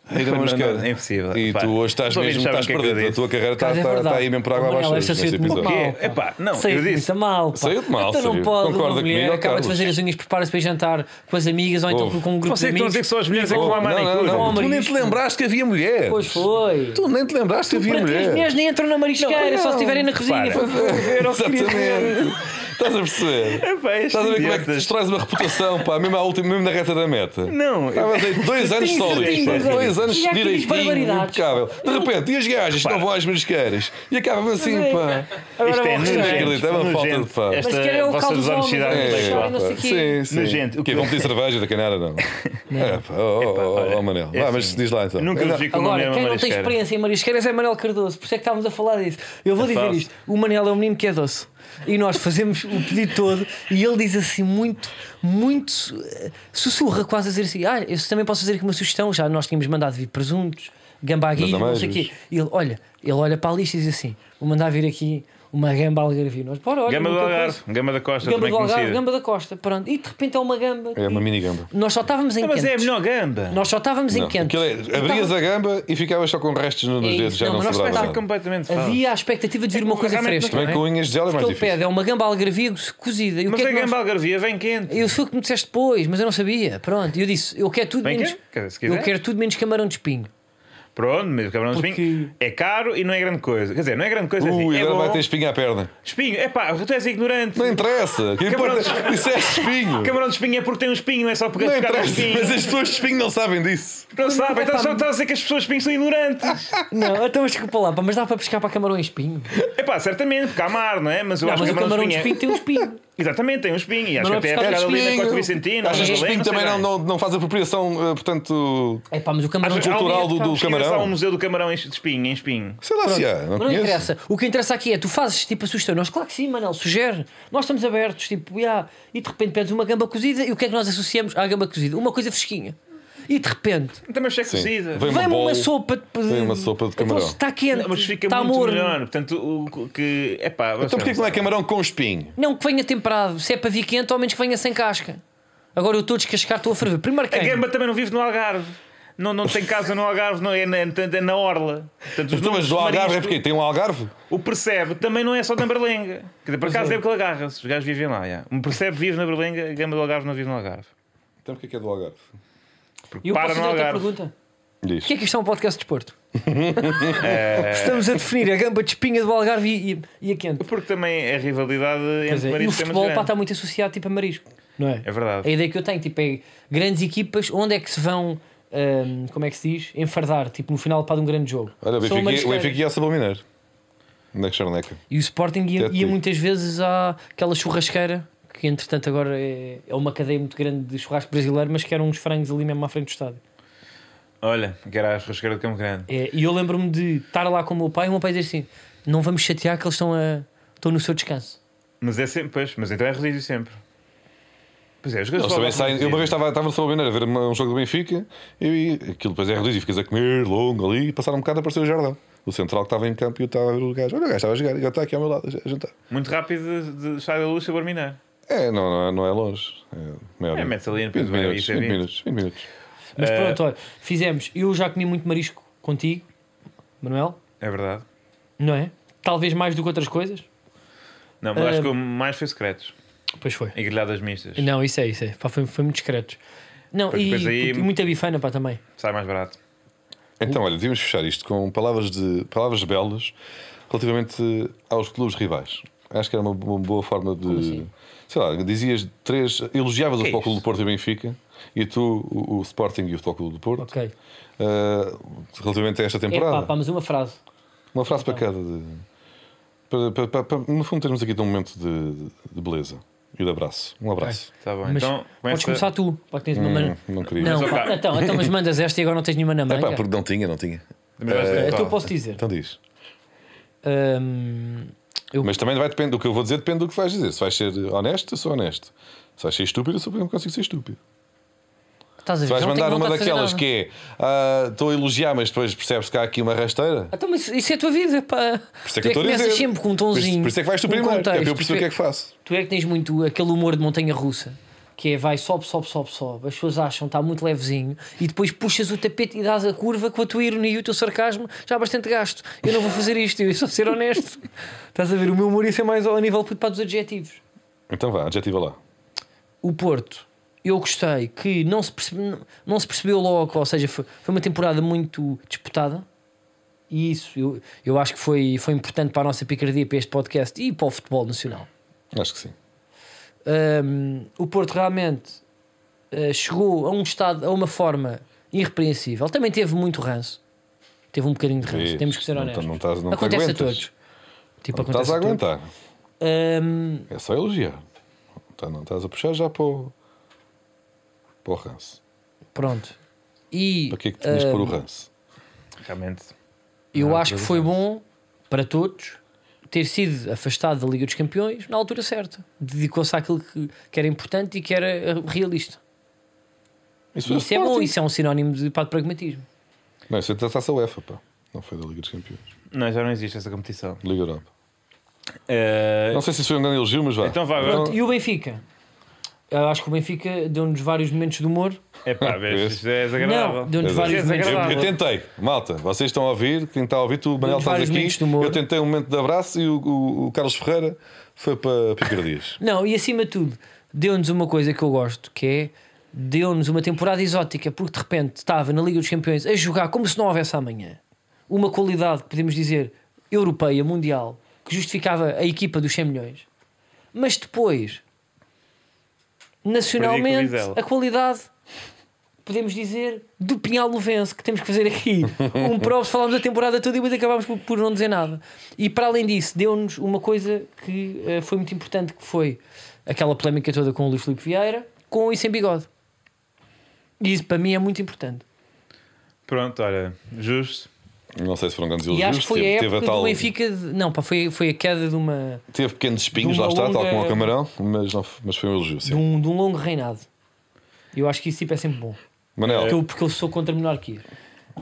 Speaker 3: A ir a
Speaker 2: Não,
Speaker 3: marisqueira.
Speaker 2: não, é impossível.
Speaker 3: E
Speaker 2: Pá,
Speaker 3: tu hoje estás
Speaker 2: os ouvintes
Speaker 3: mesmo,
Speaker 2: sabem o
Speaker 3: estás
Speaker 2: que é que eu
Speaker 3: perdido. A
Speaker 2: disse.
Speaker 3: tua carreira está
Speaker 1: Mas é
Speaker 3: está- está
Speaker 1: verdade.
Speaker 3: tá- aí mesmo para água
Speaker 1: Manuel,
Speaker 3: abaixo.
Speaker 1: essa
Speaker 3: neste
Speaker 1: saiu-te muito
Speaker 3: episódio.
Speaker 1: mal.
Speaker 2: Quê?
Speaker 1: pá.
Speaker 2: Epá, não, eu
Speaker 1: Saiu-te
Speaker 2: disse.
Speaker 1: muito mal. pá.
Speaker 3: Saiu-te mal,
Speaker 1: Então não
Speaker 3: saiu.
Speaker 1: pode.
Speaker 3: Concorda
Speaker 1: uma
Speaker 3: comigo,
Speaker 1: mulher
Speaker 3: ó,
Speaker 1: acaba de fazer
Speaker 3: Carlos.
Speaker 1: as unhas, prepara-se para ir jantar com as amigas ou então
Speaker 3: Ouve.
Speaker 1: com um grupo
Speaker 2: Vocês que
Speaker 1: de
Speaker 2: estão a
Speaker 1: amigos.
Speaker 2: dizer que só as mulheres é que
Speaker 1: Não,
Speaker 2: vão à
Speaker 3: Não, não,
Speaker 2: manicure.
Speaker 1: Vão
Speaker 3: não.
Speaker 1: à
Speaker 3: Tu nem
Speaker 1: marisco.
Speaker 3: te lembraste que havia mulheres.
Speaker 1: Pois foi.
Speaker 3: Tu nem te lembraste que havia
Speaker 1: Para ti, as mulheres
Speaker 3: mulheres.
Speaker 1: nem entram na marisqueira, só se estiverem na cozinha.
Speaker 2: é.
Speaker 1: para
Speaker 2: Repara.
Speaker 1: ver ou se querias ver.
Speaker 3: Exatamente. Estás a perceber?
Speaker 2: Epá, estes
Speaker 3: Estás a ver como é que
Speaker 2: idiotas.
Speaker 3: destróis uma reputação, pá, mesmo, à última, mesmo na reta da meta?
Speaker 2: Não,
Speaker 3: Estavas aí dois anos
Speaker 1: Certinho,
Speaker 3: sólidos,
Speaker 2: certinho,
Speaker 3: pá,
Speaker 2: certinho.
Speaker 3: dois anos
Speaker 1: E há aqui diz
Speaker 3: direitinho,
Speaker 1: barbaridades.
Speaker 3: impecável. De repente, e as gajas que não vão às marisqueiras? E acabam assim, pá.
Speaker 2: Isto é
Speaker 1: Agora vou
Speaker 2: nojento,
Speaker 1: restaurar.
Speaker 3: acredito, é uma falta de
Speaker 2: nojento.
Speaker 3: fado.
Speaker 1: Mas que
Speaker 2: Esta
Speaker 1: era o
Speaker 2: vossa
Speaker 1: caldo dos homens,
Speaker 2: desonestidade
Speaker 1: é,
Speaker 2: intelectual.
Speaker 1: não sei
Speaker 3: sim,
Speaker 1: quê.
Speaker 3: sim.
Speaker 2: Nojento, o
Speaker 3: O quê?
Speaker 2: que-
Speaker 3: Vão pedir cerveja da Canara, não? É, pá,
Speaker 2: Epá, olha,
Speaker 3: ó, Manel.
Speaker 2: é
Speaker 3: Vá, mas
Speaker 2: assim,
Speaker 3: diz lá então.
Speaker 2: Nunca
Speaker 3: Não,
Speaker 2: vi com uma mulher
Speaker 1: Agora, quem não
Speaker 2: numa
Speaker 1: tem
Speaker 2: é marisqueira.
Speaker 1: experiência em marisqueiras é Manel Cardoso, por isso é que estávamos a falar disso. Eu vou
Speaker 2: É
Speaker 1: dizer
Speaker 2: fácil.
Speaker 1: isto: o Manel é um menino que é doce. E nós fazemos o pedido todo e ele diz assim muito, muito eh, sussurra, quase a dizer assim: Ah, eu também posso fazer aqui uma sugestão. Já nós tínhamos mandado vir presuntos, gamba à guilho, não sei o quê. E ele olha, ele olha para a lista e diz assim: Vou mandar vir aqui uma gamba algarvio. Nós, bora, olha,
Speaker 2: Gama do
Speaker 1: nunca
Speaker 2: Algarve,
Speaker 1: coisa.
Speaker 2: Gama da Costa,
Speaker 1: Gamba
Speaker 2: também
Speaker 1: do Algarve,
Speaker 2: conhecida.
Speaker 1: gamba da Costa, pronto. E de repente é uma gamba.
Speaker 3: É uma
Speaker 1: E
Speaker 3: mini gamba.
Speaker 1: Nós só estávamos em
Speaker 2: Não, Mas é a
Speaker 1: quentes.
Speaker 2: melhor gamba.
Speaker 1: Nós só estávamos em Então,
Speaker 3: Não,
Speaker 1: quentes.
Speaker 3: aquilo é-
Speaker 1: E
Speaker 3: abrias
Speaker 1: estava-
Speaker 3: a gamba e ficavas só com restos nos
Speaker 1: isso,
Speaker 3: dedos, já
Speaker 1: não,
Speaker 3: não
Speaker 1: mas nós
Speaker 3: sobrava
Speaker 2: Está
Speaker 1: espetáculo
Speaker 3: nada.
Speaker 2: completamente falso.
Speaker 1: Havia a expectativa de vir uma coisa
Speaker 2: Realmente
Speaker 1: fresca.
Speaker 2: não
Speaker 1: não
Speaker 3: Bem
Speaker 1: é?
Speaker 3: com unhas de gel é
Speaker 1: O
Speaker 3: mais
Speaker 1: que ele
Speaker 3: difícil.
Speaker 1: pede é uma gamba algarvia cozida. E o
Speaker 2: Mas
Speaker 1: que é
Speaker 2: a
Speaker 1: que nós-
Speaker 2: gamba algarvia vem quente.
Speaker 1: Eu sou o que me disseste depois, mas eu não sabia. Pronto, eu disse: eu quero tudo
Speaker 2: Bem,
Speaker 1: menos.
Speaker 2: quer- se quiser.
Speaker 1: Eu quero tudo menos camarão de espinho.
Speaker 2: Pronto, mas o camarão de espinho é caro e não é grande coisa. Quer dizer, não é grande coisa assim.
Speaker 3: Ui,
Speaker 2: É
Speaker 3: agora vai
Speaker 2: bom.
Speaker 3: ter espinha à perna.
Speaker 2: Espinho, é pá, tu és ignorante.
Speaker 3: Não interessa. O que
Speaker 2: Camarão
Speaker 3: importa é
Speaker 2: de-
Speaker 3: isso é espinho.
Speaker 2: Camarão de espinho é porque tem um espinho, é só porque
Speaker 3: Não
Speaker 2: é um
Speaker 3: interessa,
Speaker 2: espinho.
Speaker 3: mas é as pessoas de espinho não sabem disso.
Speaker 2: Não sabe, então
Speaker 1: Epá,
Speaker 2: só estás a dizer que as pessoas de espinho são ignorantes.
Speaker 1: Não, então mas desculpa lá, pá, mas dá para pescar para camarão em espinho.
Speaker 2: É pá, certamente, porque há mar, não é? Mas eu
Speaker 1: Não,
Speaker 2: acho
Speaker 1: mas
Speaker 2: que
Speaker 1: o camarão de
Speaker 2: é-
Speaker 1: espinho tem um espinho.
Speaker 2: Exatamente, tem um espinho. E acho que
Speaker 1: não é
Speaker 2: até é
Speaker 1: por
Speaker 2: pegado
Speaker 1: causa
Speaker 2: ali
Speaker 1: do
Speaker 2: na
Speaker 3: Espinho.
Speaker 2: Costa Vicentina.
Speaker 3: Achas
Speaker 2: na é?
Speaker 3: que o Espinho
Speaker 2: Madalena, sei
Speaker 3: também não,
Speaker 2: bem.
Speaker 3: não, não faz apropriação, eh, portanto.
Speaker 1: É pá, mas o camarão.
Speaker 2: Acho que
Speaker 1: não-
Speaker 3: cultural
Speaker 2: algum dia
Speaker 3: do- do
Speaker 2: vamos chegar
Speaker 3: camarão.
Speaker 2: ao Museu do Camarão em- de Espinho, em Espinho.
Speaker 3: Sei lá se há, não
Speaker 1: Mas não
Speaker 3: conheço.
Speaker 1: interessa. O que interessa aqui é tu fazes tipo a sugestão. Nós, claro que sim, Manel, sugere. Nós estamos abertos, tipo, yeah. e de repente pedes uma gamba cozida e o que é que nós associamos à gamba cozida? Uma coisa fresquinha. E de repente
Speaker 2: Também achei que
Speaker 3: Sim.
Speaker 2: precisa.
Speaker 3: Vem uma
Speaker 1: vem-me uma
Speaker 3: bola,
Speaker 1: sopa de
Speaker 3: vem uma sopa de
Speaker 1: Então,
Speaker 3: camarão.
Speaker 1: Está quente,
Speaker 2: Não, Mas fica
Speaker 1: está
Speaker 2: muito
Speaker 1: Tá morno.
Speaker 2: melhor. Portanto, o que. É pá,
Speaker 3: Então porquê que não é camarão com espinho?
Speaker 1: Não que venha temperado. Se é para vir quente, ao menos que venha sem casca. Agora eu estou a descascar, estou a ferver. Primeiro
Speaker 2: A
Speaker 1: quem?
Speaker 2: Gamba também não vive no Algarve. Não, não tem casa no Algarve, não é na, é na Orla. Portanto, os
Speaker 3: Então, mas
Speaker 2: nomes
Speaker 3: o Algarve é
Speaker 2: marisco,
Speaker 3: porque tem um Algarve?
Speaker 2: O percebe também não é só na Berlenga. Quer dizer, por acaso é porque ele agarra-se. Os gajos vivem lá. já. O percebe vive na Berlenga, a Gamba do Algarve não vive no Algarve.
Speaker 3: Então porquê que é do Algarve?
Speaker 2: Porque
Speaker 1: E eu
Speaker 2: para
Speaker 1: posso
Speaker 2: no
Speaker 1: fazer outra
Speaker 2: Algarve.
Speaker 1: pergunta?
Speaker 3: Diz.
Speaker 1: O que é que isto é um podcast de desporto? Estamos a definir a gamba de espinha do Algarve e, e- e a quente.
Speaker 2: Porque também a rivalidade
Speaker 1: Quer
Speaker 2: entre
Speaker 1: dizer, e o
Speaker 2: mariscos é muito
Speaker 1: futebol pá,
Speaker 2: grande.
Speaker 1: está muito associado tipo, a marisco. Não é?
Speaker 2: É verdade.
Speaker 1: A ideia que eu tenho tipo, é grandes equipas, onde é que se vão, hum, como é que se diz, enfardar, tipo no final pá, de um grande jogo.
Speaker 3: Olha,
Speaker 1: São
Speaker 3: o Benfica- o
Speaker 1: marisqueiros.
Speaker 3: Benfica ia a Sabamineiro. Onde é que Charneca?
Speaker 1: E o Sporting ia,
Speaker 3: Até
Speaker 1: ia
Speaker 3: ti.
Speaker 1: muitas vezes àquela churrasqueira, que entretanto agora é, é uma cadeia muito grande de churrasco brasileiro, mas que eram uns frangos ali mesmo à frente do estádio.
Speaker 2: Olha, que era a churrasqueira do Campo Grande.
Speaker 1: É, e eu lembro-me de estar lá com o meu pai e o meu pai dizer assim: não vamos chatear que eles estão, a, estão no seu descanso.
Speaker 2: Mas é sempre, pois, mas então é resíduo sempre. Pois é, os gajos
Speaker 3: Eles
Speaker 2: lá
Speaker 3: também
Speaker 2: gostam
Speaker 3: saem-
Speaker 2: de
Speaker 3: eu uma vez
Speaker 2: resíduo.
Speaker 3: estava, estava no Salvaneiro a ver uma- um jogo do Benfica e aquilo depois é reduzido. Ficas a comer longo ali e passaram um bocado apareceu o Jardão. O central que estava em campo e eu estava a ver o gajo. Olha, o gajo estava a jogar e agora está aqui ao meu lado a jantar.
Speaker 2: Muito rápido de, de sair da luz e barminar.
Speaker 3: É, não, não, é- não é longe. É, meia hora.
Speaker 2: É, mete ali, depois
Speaker 3: 20
Speaker 2: vai ali,
Speaker 3: minutos,
Speaker 2: isso é
Speaker 3: 20
Speaker 2: 20.
Speaker 3: minutos, 20 minutos.
Speaker 1: Mas
Speaker 2: É.
Speaker 1: pronto, olha, fizemos. Eu já comi muito marisco contigo, Manuel,
Speaker 2: É verdade.
Speaker 1: não é? Talvez mais do que outras coisas.
Speaker 2: Não, mas
Speaker 1: Ah,
Speaker 2: acho que o mais foi secretos
Speaker 1: Pois foi.
Speaker 2: e grelhadas mistas.
Speaker 1: Não, isso é, isso é. Pá, foi, foi muito discreto. Não,
Speaker 2: Pois,
Speaker 1: e,
Speaker 2: depois aí-
Speaker 1: e muita bifana pá, também.
Speaker 2: Sai mais barato.
Speaker 3: Então, olha, devíamos fechar isto com palavras, de, palavras belas relativamente aos clubes rivais. Acho que era uma, uma boa forma de. Sei lá, dizias três. Elogiavas o
Speaker 2: assim? Que é
Speaker 3: Futebol Clube
Speaker 2: isso?
Speaker 3: do Porto e o Benfica e tu o, o Sporting e o Futebol Clube do Porto.
Speaker 1: Ok.
Speaker 3: Uh, relativamente a esta
Speaker 1: É
Speaker 3: temporada.
Speaker 1: pá, pá, mas uma frase.
Speaker 3: Uma frase para cada. De, para, para- para- para- no fundo, termos aqui de um momento de, de beleza e de abraço. Um abraço. Hum,
Speaker 2: Está bem.
Speaker 1: Mas
Speaker 2: então,
Speaker 1: podes
Speaker 2: começa...
Speaker 1: começar tu. Pá, que tens uma man...
Speaker 3: Não queria.
Speaker 1: Não,
Speaker 2: Mas,
Speaker 1: pá,
Speaker 2: ok.
Speaker 1: então, então, mas mandas esta e agora não tens nenhuma na
Speaker 3: É pá,
Speaker 1: manga.
Speaker 3: porque não tinha, não tinha.
Speaker 2: Também vais dizer,
Speaker 1: Então eu
Speaker 2: pá.
Speaker 1: posso dizer.
Speaker 3: Então diz.
Speaker 1: Hum, eu-
Speaker 3: Mas também vai depender. O que eu vou dizer depende do que vais dizer. Se vais ser honesto, eu sou honesto. Se vais ser estúpido, eu sou porque não consigo ser estúpido.
Speaker 1: estás a ver?
Speaker 3: Se vais
Speaker 1: já não
Speaker 3: mandar
Speaker 1: tenho
Speaker 3: uma
Speaker 1: vontade de fazer
Speaker 3: daquelas
Speaker 1: nada.
Speaker 3: que é. ah, Estou a elogiar, mas depois percebes que há aqui uma rasteira.
Speaker 1: Então, mas isso é a tua vida, pá.
Speaker 3: Por isso
Speaker 1: tu
Speaker 3: é que
Speaker 1: é
Speaker 3: eu estou a dizer.
Speaker 1: começas sempre com um
Speaker 3: Por isso-
Speaker 1: tonzinho.
Speaker 3: Por isso é que vais tu
Speaker 1: um
Speaker 3: primeiro. que é para eu
Speaker 1: contexto,
Speaker 3: perceber o
Speaker 1: tu
Speaker 3: que é que faço.
Speaker 1: Tu é que tens muito aquele humor de montanha russa, que é vai, sobe, sobe, sobe, sobe. As pessoas acham que está muito levezinho e depois puxas o tapete e dás a curva com a tua ironia e o teu sarcasmo já há bastante gasto. Eu não vou fazer isto, eu sou ser honesto. Estás a ver? O meu humor isso é mais ao nível puto para dos adjetivos.
Speaker 3: Então vá, adjetiva lá.
Speaker 1: O Porto, eu gostei que não se, percebe- não- não se percebeu logo, ou seja, foi, foi uma temporada muito disputada. E isso eu, eu acho que foi, foi importante para a nossa picardia, para este podcast e para o futebol nacional.
Speaker 3: Acho que sim.
Speaker 1: Hum, o Porto realmente eh, chegou a um estado, a uma forma irrepreensível. Também teve muito ranço. Teve um bocadinho de ranço,
Speaker 3: Sim,
Speaker 1: temos que ser
Speaker 3: não
Speaker 1: honestos.
Speaker 3: tá- não tás- não te
Speaker 1: acontece a
Speaker 3: aguentas.
Speaker 1: todos. Tipo,
Speaker 3: Não estás
Speaker 1: acontece
Speaker 3: a
Speaker 1: a todos.
Speaker 3: aguentar.
Speaker 1: Hum,
Speaker 3: É só elogiar. Então não estás a puxar já para o. Para o ranço.
Speaker 1: pronto. E
Speaker 3: Para que é que tinhas de pôr o
Speaker 1: hum,
Speaker 3: ranço? é
Speaker 2: Realmente.
Speaker 1: eu
Speaker 2: Não,
Speaker 1: acho que foi bom para todos ter sido afastado da Liga dos Campeões na altura certa. Dedicou-se àquilo que, que era importante e que era eh, realista.
Speaker 3: Isso,
Speaker 1: Isso é bom, isso é um sinónimo de, pá, de pragmatismo.
Speaker 3: Não, isso é da taça UEFA, pá. Não foi da Liga dos Campeões.
Speaker 2: Não, já não existe essa competição.
Speaker 3: Liga Europa.
Speaker 2: Eh,
Speaker 3: Não sei se isso foi um grande elogio, mas vá.
Speaker 2: Então vá,
Speaker 1: Pronto, e o Benfica? Eu acho que o Benfica deu-nos vários momentos de humor.
Speaker 2: É pá, vês, isto é desagradável.
Speaker 1: Não, deu-nos
Speaker 3: É
Speaker 1: vários momentos de
Speaker 2: desagradável.
Speaker 1: humor.
Speaker 3: Eu tentei, malta, vocês estão a ouvir, quem está a ouvir, tu, Manel, estás
Speaker 1: vários
Speaker 3: aqui.
Speaker 1: momentos de humor.
Speaker 3: Eu tentei um momento de abraço e o, o- o Carlos Ferreira foi para Picardias.
Speaker 1: Não, e acima de tudo, deu-nos uma coisa que eu gosto, que é deu-nos uma temporada exótica, porque de repente estava na Liga dos Campeões a jogar como se não houvesse amanhã. Uma qualidade, podemos dizer, europeia, mundial, que justificava a equipa dos 100 milhões. Mas depois, nacionalmente,
Speaker 2: Perdi com o Vizela.
Speaker 1: a qualidade podemos dizer do Pinhal Luvense, que temos que fazer aqui um props. Falámos a temporada toda e depois acabámos por, por não dizer nada. E para além disso, deu-nos uma coisa que eh, foi muito importante, que foi aquela polémica toda com o Luís Filipe Vieira, com e sem bigode. E isso para mim é muito importante.
Speaker 2: Pronto, olha, justo.
Speaker 3: Não sei se foram grandes
Speaker 1: e
Speaker 3: elogios.
Speaker 1: acho que foi a
Speaker 3: teve,
Speaker 1: época
Speaker 3: teve, a
Speaker 1: do
Speaker 3: tal,
Speaker 1: Benfica. De... Não, pá, foi, foi a queda de, uma,
Speaker 3: teve pequenos espinhos,
Speaker 1: de
Speaker 3: lá
Speaker 1: uma
Speaker 3: está, tal como
Speaker 1: longa-
Speaker 3: o Camarão, mas, não, mas foi um elogio,
Speaker 1: de,
Speaker 3: sim.
Speaker 1: um, de um longo reinado. Eu acho que isso tipo, é sempre bom.
Speaker 3: Manel,
Speaker 1: Porque eu, porque eu sou contra a monarquia.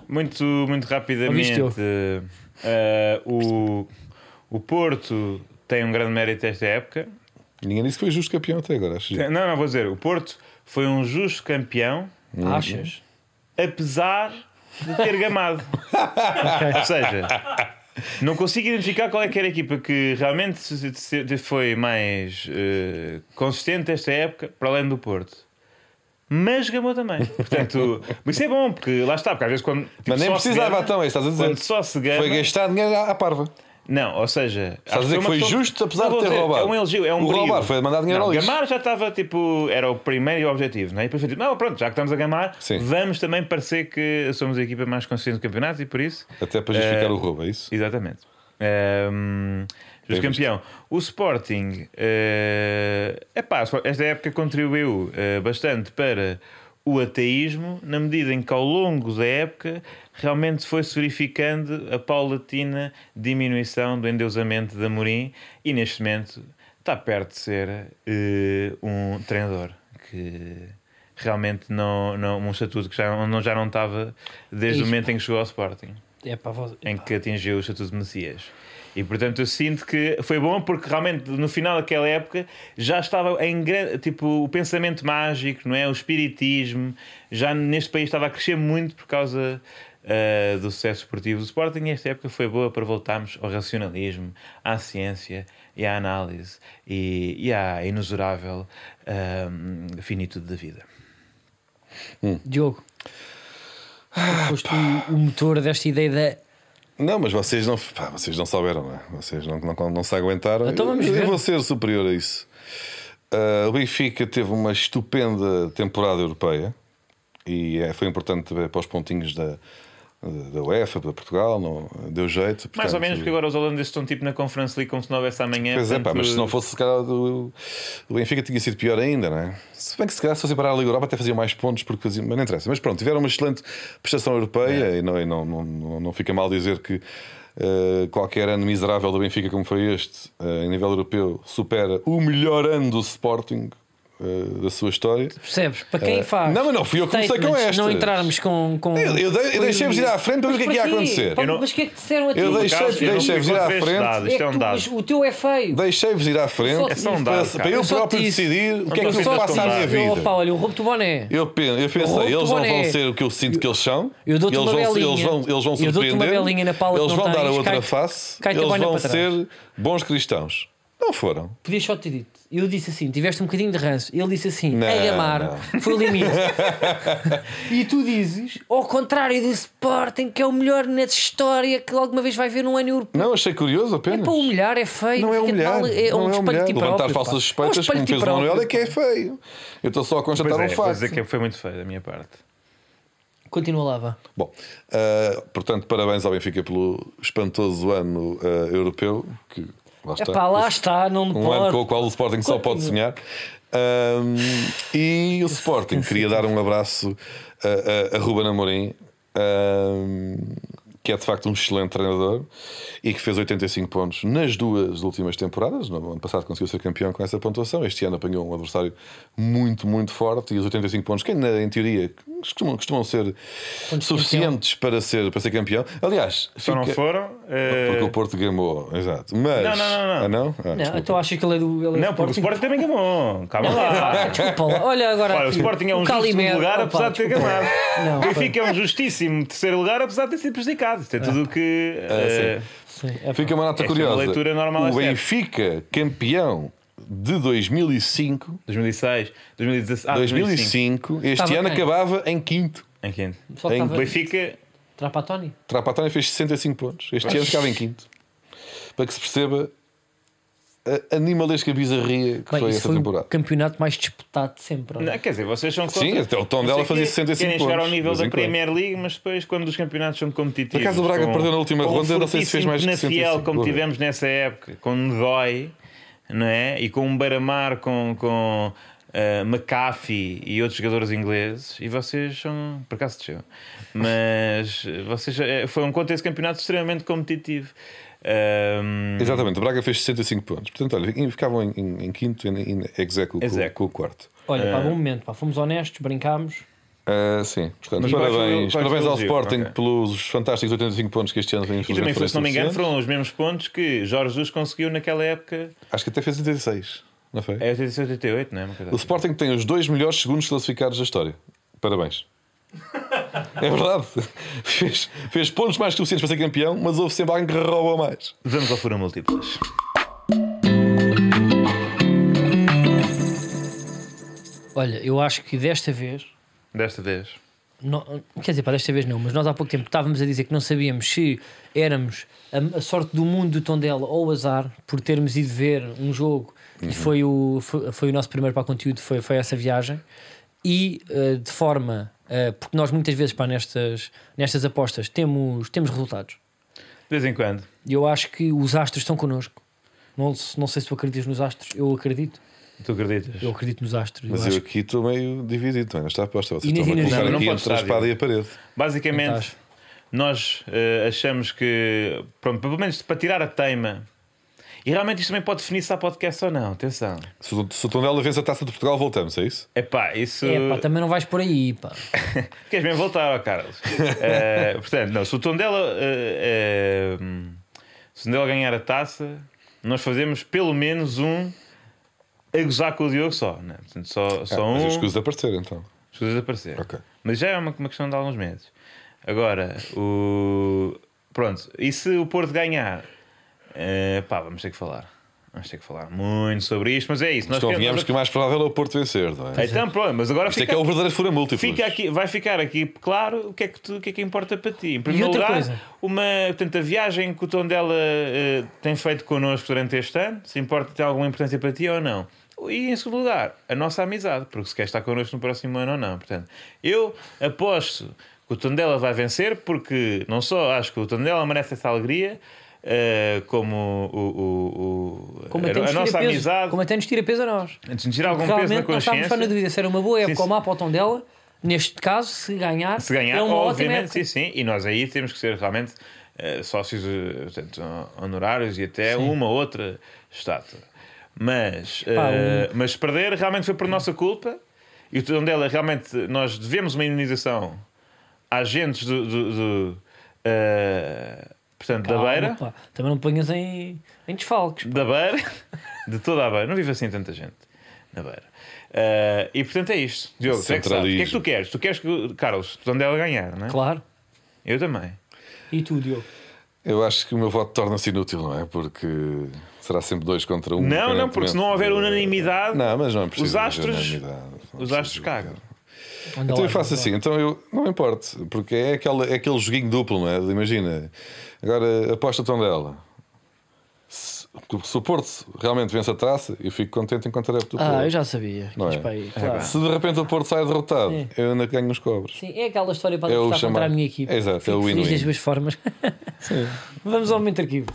Speaker 2: Muito, muito rapidamente,
Speaker 1: Ouviste
Speaker 2: eh, o, o Porto tem um grande mérito esta época.
Speaker 3: ninguém disse que foi justo campeão até agora. Acho.
Speaker 2: Não, não, vou dizer, o Porto foi um justo campeão,
Speaker 3: Hum.
Speaker 1: Achas?
Speaker 2: apesar de ter gamado. Ou seja, não consigo identificar qual é que era a equipa que realmente se- se- se- foi mais eh, consistente esta época, para além do Porto. Mas gamou também. Portanto, mas isso é bom, porque lá está, porque às vezes quando. tipo,
Speaker 3: Mas nem
Speaker 2: só se
Speaker 3: precisava,
Speaker 2: gama-
Speaker 3: então, é isso que estás a
Speaker 2: Quando
Speaker 3: dizer.
Speaker 2: só se gama.
Speaker 3: Foi gastar dinheiro à à parva.
Speaker 2: Não, ou seja.
Speaker 3: Estás a dizer que foi justo, apesar de ter roubado.
Speaker 2: É um elogio, é um
Speaker 3: O
Speaker 2: brilho.
Speaker 3: roubar foi mandar dinheiro
Speaker 2: não,
Speaker 3: ao lixo.
Speaker 2: Gamar já estava tipo. Era o primeiro objetivo, não é? E depois foi tipo, não, pronto, já que estamos a gamar,
Speaker 3: Sim.
Speaker 2: vamos também parecer que somos a equipa mais consciente do campeonato e por isso.
Speaker 3: Até para justificar o roubo, é isso?
Speaker 2: Exatamente. Ehm, justo
Speaker 3: Bem visto.
Speaker 2: campeão. O Sporting, eh, epá, esta época contribuiu eh, bastante para o ateísmo, na medida em que ao longo da época realmente foi-se verificando a paulatina diminuição do endeusamento de Amorim e neste momento está perto de ser eh, um treinador que realmente não, não um estatuto que já não, já não estava desde o
Speaker 1: Isto.
Speaker 2: momento em que chegou ao Sporting
Speaker 1: É para você.
Speaker 2: em que atingiu o estatuto de Messias. E portanto eu sinto que foi bom porque realmente no final daquela época já estava em grande. Tipo, o pensamento mágico, não é? O espiritismo, já neste país estava a crescer muito por causa ah, do sucesso esportivo do Sporting. E esta época foi boa para voltarmos ao racionalismo, à ciência e à análise e, e à inusurável ah, finitude da vida.
Speaker 1: Diogo, tu foste o, o motor desta ideia
Speaker 3: Não, mas vocês não, pá, vocês não souberam, não é? Vocês não, não, não se aguentaram.
Speaker 1: Então vamos
Speaker 3: eu, eu
Speaker 1: ver.
Speaker 3: vou ser superior a isso. Ah, o Benfica teve uma estupenda temporada europeia e eh, foi importante para os pontinhos da, da UEFA, para Portugal, não, deu jeito.
Speaker 2: Mais
Speaker 3: portanto,
Speaker 2: ou menos porque agora os holandeses estão tipo na Conference League como se não houvesse amanhã.
Speaker 3: Pois é, pá,
Speaker 2: portanto,
Speaker 3: mas se não fosse, se calhar, do, o Benfica tinha sido pior ainda, não é? Se bem que, se calhar, se fosse para a Liga Europa, até faziam mais pontos, porque faziam, mas não interessa. Mas pronto, tiveram uma excelente prestação europeia e, não, e não, não, não, não fica mal dizer que eh, qualquer ano miserável do Benfica, como foi este, eh, em nível europeu, supera o melhor ano do Sporting eh, da sua história.
Speaker 1: Percebes? Para quem faz.
Speaker 3: É. não, mas não, fui eu que comecei com
Speaker 1: statements,
Speaker 3: estas.
Speaker 1: Não entrarmos com. com
Speaker 3: Eu, eu dei- eu
Speaker 1: com
Speaker 3: deixei-vos ir
Speaker 1: ironia.
Speaker 3: à frente para ver o que é que
Speaker 1: Mas
Speaker 3: ia
Speaker 1: para quê?
Speaker 3: acontecer.
Speaker 1: Pá,
Speaker 2: Eu não-
Speaker 1: Mas o que é que disseram a ti?
Speaker 3: Eu
Speaker 2: por
Speaker 3: deixei-
Speaker 2: acaso, eu não
Speaker 3: deixei-vos ir à
Speaker 2: encontrei este
Speaker 3: frente.
Speaker 2: dado,
Speaker 1: É
Speaker 2: Isto é
Speaker 1: que
Speaker 2: um
Speaker 1: tu- mas
Speaker 2: dado.
Speaker 1: o teu é feio.
Speaker 3: Deixei-vos ir à frente
Speaker 1: É só um
Speaker 2: dado,
Speaker 3: para,
Speaker 2: cara.
Speaker 3: para eu
Speaker 1: Eu só
Speaker 3: próprio
Speaker 1: te disse.
Speaker 3: decidir o que é
Speaker 2: Eu
Speaker 3: que eu
Speaker 2: só te
Speaker 3: faço à
Speaker 2: disse.
Speaker 3: minha vida.
Speaker 1: Oh, pá, olha, o roubo do boné.
Speaker 3: Eu, pen- eu
Speaker 1: Roubo
Speaker 3: pensei,
Speaker 1: de
Speaker 3: eles não vão
Speaker 1: boné.
Speaker 3: ser o que eu sinto que eles são.
Speaker 1: Eu dou-te
Speaker 3: eles
Speaker 1: uma
Speaker 3: vão,
Speaker 1: belinha.
Speaker 3: eles vão, eles vão
Speaker 1: Eu dou-te uma
Speaker 3: surpreender.
Speaker 1: belinha na pala que
Speaker 3: eles
Speaker 1: não
Speaker 3: vão dar a
Speaker 1: tens,
Speaker 3: outra
Speaker 1: cai-te-
Speaker 3: face.
Speaker 1: cai-te a
Speaker 3: eles
Speaker 1: banha
Speaker 3: vão
Speaker 1: para trás.
Speaker 3: ser bons cristãos. Não foram.
Speaker 1: Podias só ter dito. Eu disse assim, tiveste um bocadinho de ranço. Ele disse assim,
Speaker 3: Não,
Speaker 1: a gamar,
Speaker 3: não.
Speaker 1: foi o limite. e tu dizes, ao contrário do Sporting, que é o melhor na história que alguma vez vai ver num ano europeu.
Speaker 3: Não, achei curioso
Speaker 1: É
Speaker 3: apenas.
Speaker 1: para humilhar, é feio.
Speaker 3: Não é
Speaker 1: porque
Speaker 3: humilhar.
Speaker 1: mal- É um
Speaker 3: não é
Speaker 1: espelho
Speaker 3: humilhar.
Speaker 1: de ti
Speaker 3: Levantar
Speaker 1: próprio,
Speaker 3: falsas
Speaker 1: pá. É um
Speaker 3: suspeitas,
Speaker 1: espelho
Speaker 3: como
Speaker 1: de ti
Speaker 3: fez o Manuel,
Speaker 1: próprio,
Speaker 3: é que é feio. Eu estou só a
Speaker 2: Pois
Speaker 3: constatar
Speaker 2: é,
Speaker 3: um
Speaker 2: vou
Speaker 3: facto.
Speaker 2: dizer que foi muito feio da minha parte.
Speaker 3: é.
Speaker 1: pá. Continua lá, vá.
Speaker 3: Bom, ah, portanto, parabéns ao Benfica pelo espantoso ano ah, europeu. Que, lá
Speaker 1: É
Speaker 3: está.
Speaker 1: pá, lá está, não
Speaker 3: um ano
Speaker 1: pode.
Speaker 3: com o qual o Sporting só pode sonhar. Ahm, e o Sporting queria dar um abraço a, a, a Ruben Amorim, ahm, que é de facto um excelente treinador e que fez 85 pontos nas duas últimas temporadas. No ano passado conseguiu ser campeão com essa pontuação. Este ano apanhou um adversário muito, muito forte e os 85 pontos, que ainda, em teoria costumam, costumam ser suficientes para ser, para ser campeão. Aliás,
Speaker 2: Só não
Speaker 3: fica-
Speaker 2: foram. eh,
Speaker 3: porque o Porto gamou, exato. Mas.
Speaker 2: Não, não, não, não.
Speaker 3: Ah, não? Ah,
Speaker 1: Não,
Speaker 3: desculpa.
Speaker 1: então achas que ele é do. Ele é
Speaker 2: Não,
Speaker 1: do
Speaker 2: porque o Sporting também gamou. Calma
Speaker 1: Ah,
Speaker 2: lá.
Speaker 1: desculpa lá. Olha agora.
Speaker 2: Olha, o
Speaker 1: aqui,
Speaker 2: Sporting é um
Speaker 1: Calimero.
Speaker 2: justíssimo lugar,
Speaker 1: Opa,
Speaker 2: apesar de ter
Speaker 1: desculpa.
Speaker 2: gamado.
Speaker 1: Não,
Speaker 2: O Benfica é um justíssimo terceiro lugar, apesar de ter sido prejudicado. Isto é tudo o que. eh,
Speaker 1: Sim, é pá.
Speaker 3: Fica uma nota
Speaker 2: Esta é uma
Speaker 3: curiosa.
Speaker 2: leitura normal,
Speaker 3: o
Speaker 2: é certo.
Speaker 3: Benfica, campeão de 2005,
Speaker 2: 2006, 2016. Ah, 2005.
Speaker 3: 2005, este
Speaker 1: Estava
Speaker 3: ano
Speaker 1: quem?
Speaker 3: acabava em quinto.
Speaker 2: Em quinto.
Speaker 1: Só
Speaker 3: Em
Speaker 1: que
Speaker 2: O
Speaker 1: estava.
Speaker 2: Benfica.
Speaker 1: Trapatoni?
Speaker 3: Trapatoni fez 65 pontos. Este ano ficava em quinto. Para que se perceba a animalesca bizarria que
Speaker 1: Bem, isso
Speaker 3: foi essa
Speaker 1: foi um o
Speaker 3: temporada.
Speaker 1: campeonato mais disputado de sempre. olha.
Speaker 2: Não, é? quer dizer, vocês são
Speaker 3: Sim,
Speaker 2: contra-
Speaker 3: até o tom
Speaker 2: não
Speaker 3: dela
Speaker 2: sei
Speaker 3: fazia
Speaker 2: quê,
Speaker 3: 65
Speaker 2: Querem chegar ao
Speaker 3: pontos,
Speaker 2: nível
Speaker 3: mas
Speaker 2: da
Speaker 3: enquanto.
Speaker 2: Premier League, mas depois, quando os campeonatos são competitivos.
Speaker 3: Por acaso o Braga
Speaker 2: com-
Speaker 3: perdeu na última
Speaker 2: com
Speaker 3: ronda, não sei se fez mais que
Speaker 2: fortíssimo
Speaker 3: 65
Speaker 2: Penafiel, como
Speaker 3: gols.
Speaker 2: tivemos nessa época, com Ndói, não é? E com um Beira-Mar, com. com eh, McAfee e outros jogadores ingleses, e vocês são por acaso desceu, mas eh, vocês eh, foi um contra esse campeonato extremamente competitivo. Ahm,
Speaker 3: Exatamente, o Braga fez 65 pontos. Portanto, olha, e ficavam em, em- em quinto e em, em execo com,
Speaker 2: Execo.
Speaker 3: com o quarto.
Speaker 1: Olha,
Speaker 2: É.
Speaker 1: pá, bom momento, pá. Fomos honestos, brincámos.
Speaker 3: Ah, sim, portanto,
Speaker 2: Mas quais foram- quais
Speaker 3: parabéns, parabéns
Speaker 2: foram
Speaker 3: ao
Speaker 2: os
Speaker 3: Sporting
Speaker 2: erros? um Ok.
Speaker 3: pelos fantásticos 85 pontos que este ano tem
Speaker 2: e também, foi, se não me engano, foram os mesmos pontos que Jorge Jesus conseguiu naquela época.
Speaker 3: Acho que até fez 86, não foi?
Speaker 2: É 87, 88, não é? Uma coisa
Speaker 3: O Sporting tem os dois melhores segundos classificados da história. Parabéns. É verdade. Fez, fez pontos mais que suficientes para ser campeão, mas houve sempre alguém que rouba mais.
Speaker 2: Vamos ao Fura Múltiplas.
Speaker 1: Olha, eu acho que desta vez.
Speaker 2: Desta vez.
Speaker 1: não- quer dizer, para desta vez não, mas nós há pouco tempo estávamos a dizer que não sabíamos se éramos a, a sorte do mundo do Tondela ou o azar por termos ido ver um jogo
Speaker 2: Uhum.
Speaker 1: e foi o, foi, foi o nosso primeiro para conteúdo, foi, foi essa viagem. E eh, de forma. eh, porque nós muitas vezes pá, nestas, nestas apostas temos, temos resultados.
Speaker 2: De vez em quando.
Speaker 1: E eu acho que os astros estão connosco. Não, não sei se tu acreditas nos astros, eu acredito.
Speaker 2: Tu acreditas?
Speaker 1: Eu acredito nos astros. eu
Speaker 3: Mas eu
Speaker 1: acho
Speaker 3: aqui estou meio dividido, não é? Nesta aposta, vocês
Speaker 1: E nem
Speaker 3: estão a
Speaker 1: Dinas-
Speaker 3: colocar
Speaker 2: Não, não
Speaker 3: aqui
Speaker 2: pode
Speaker 3: entre a
Speaker 2: estar,
Speaker 3: espada e a
Speaker 1: Não
Speaker 3: parede.
Speaker 2: Basicamente,
Speaker 1: estás.
Speaker 2: nós eh, achamos que, pronto, pelo menos para tirar a teima, e realmente isto também pode definir se há podcast ou não, atenção.
Speaker 3: Se o se o Tondela vence a taça de Portugal, voltamos, é isso?
Speaker 2: Epá, isso.
Speaker 1: É pá, também não vais por aí, pá.
Speaker 2: Queres mesmo voltar, ó Carlos? Eh, portanto, não, se o Tondela. eh, eh, se o Tondela ganhar a taça, nós fazemos pelo menos um a gozar com o Diogo só, né? Portanto, só, só
Speaker 3: É,
Speaker 2: um.
Speaker 3: Mas eu escuso de aparecer, então.
Speaker 2: As coisas apareceram.
Speaker 3: Ok.
Speaker 2: Mas já é uma, uma questão de alguns meses. Agora, o. Pronto, e se o Porto ganhar? Eh, pá, vamos ter que falar. Vamos ter que falar muito sobre isto, mas é isso.
Speaker 3: Mas
Speaker 2: nós
Speaker 3: convenhamos
Speaker 2: queremos-
Speaker 3: que o mais provável é o Porto vencer, não é?
Speaker 2: Então, pronto, mas agora
Speaker 3: Isto é
Speaker 2: fica,
Speaker 3: que é o verdadeiro fura múltiplo.
Speaker 2: fica aqui, vai ficar aqui claro o que é que, tu- o que, é que importa para ti. Em primeiro
Speaker 1: outra
Speaker 2: lugar,
Speaker 1: coisa.
Speaker 2: Uma, portanto, a viagem que o Tondela eh, tem feito connosco durante este ano, se importa ter alguma importância para ti ou não. E em segundo lugar, a nossa amizade, porque se quer estar connosco no próximo ano ou não. Portanto, eu aposto que o Tondela vai vencer, porque não só acho que o Tondela merece essa alegria, eh, como o, o- o-
Speaker 1: Como até
Speaker 2: a,
Speaker 1: nos
Speaker 2: a
Speaker 1: tira
Speaker 2: nossa
Speaker 1: peso.
Speaker 2: amizade,
Speaker 1: Como até nos tira peso a nós.
Speaker 2: antes de nos tirar algum peso na
Speaker 1: Realmente, nós estávamos só
Speaker 2: consciência.
Speaker 1: na dúvida se era uma boa época
Speaker 2: Sim,
Speaker 1: ou má para o tom dela. Neste caso, se ganhar,
Speaker 2: Se ganhar,
Speaker 1: é uma ótima
Speaker 2: obviamente,
Speaker 1: época.
Speaker 2: sim, sim. E nós aí temos que ser realmente eh, sócios eh, portanto, hon- honorários e até uma outra estátua. Mas,
Speaker 1: Pá, um-
Speaker 2: eh, mas perder realmente foi por nossa culpa. E o Tondela realmente nós devemos uma imunização a agentes do, do- do, eh, portanto,
Speaker 1: Calma,
Speaker 2: da beira.
Speaker 1: pá. Ah, Também não te ponhas em, em desfalques.
Speaker 2: Da beira, de toda a beira. Não vive assim tanta gente na beira. Eh, e portanto é isto. Diogo, tu é que sabes. o que é que tu
Speaker 3: Centralismo.
Speaker 2: queres? Tu queres que, o- Carlos, o Tondela ganhar, não é?
Speaker 1: Claro.
Speaker 2: Eu também.
Speaker 1: E tu, Diogo?
Speaker 3: Eu acho que o meu voto torna-se inútil, não é? Porque será sempre dois contra um.
Speaker 2: Não, não, porque se não houver unanimidade,
Speaker 3: Não, mas não é preciso.
Speaker 2: Os astros-
Speaker 3: haver unanimidade. Não
Speaker 2: os
Speaker 3: é
Speaker 2: astros
Speaker 3: preciso.
Speaker 2: cagam.
Speaker 1: Anda
Speaker 3: Então
Speaker 1: lá,
Speaker 3: eu faço
Speaker 1: anda lá.
Speaker 3: assim, então eu não me importo, porque é aquele, é aquele joguinho duplo, não é? Imagina, agora aposta o tom dela. Se, se o Porto realmente vence a traça, eu fico contente enquanto era do Porto.
Speaker 1: Ah, eu já sabia.
Speaker 3: Não
Speaker 1: Mas,
Speaker 3: é?
Speaker 1: pá, aí, claro.
Speaker 3: Se de repente o Porto sai derrotado,
Speaker 1: Sim.
Speaker 3: eu ainda ganho os cobres.
Speaker 1: Sim, é aquela história para
Speaker 3: É o
Speaker 1: apostar contra a
Speaker 3: chamado-
Speaker 1: minha equipe.
Speaker 3: é exato, é o win-win.
Speaker 1: feliz das duas formas. Vamos ao momento arquivo.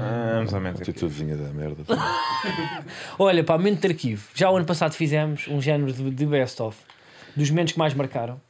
Speaker 2: Ah, vamos aumentar aqui.
Speaker 3: Atitudezinha da merda.
Speaker 1: Olha, pá, momento de arquivo. Já o ano passado fizemos um género de, de best-of dos momentos que mais marcaram.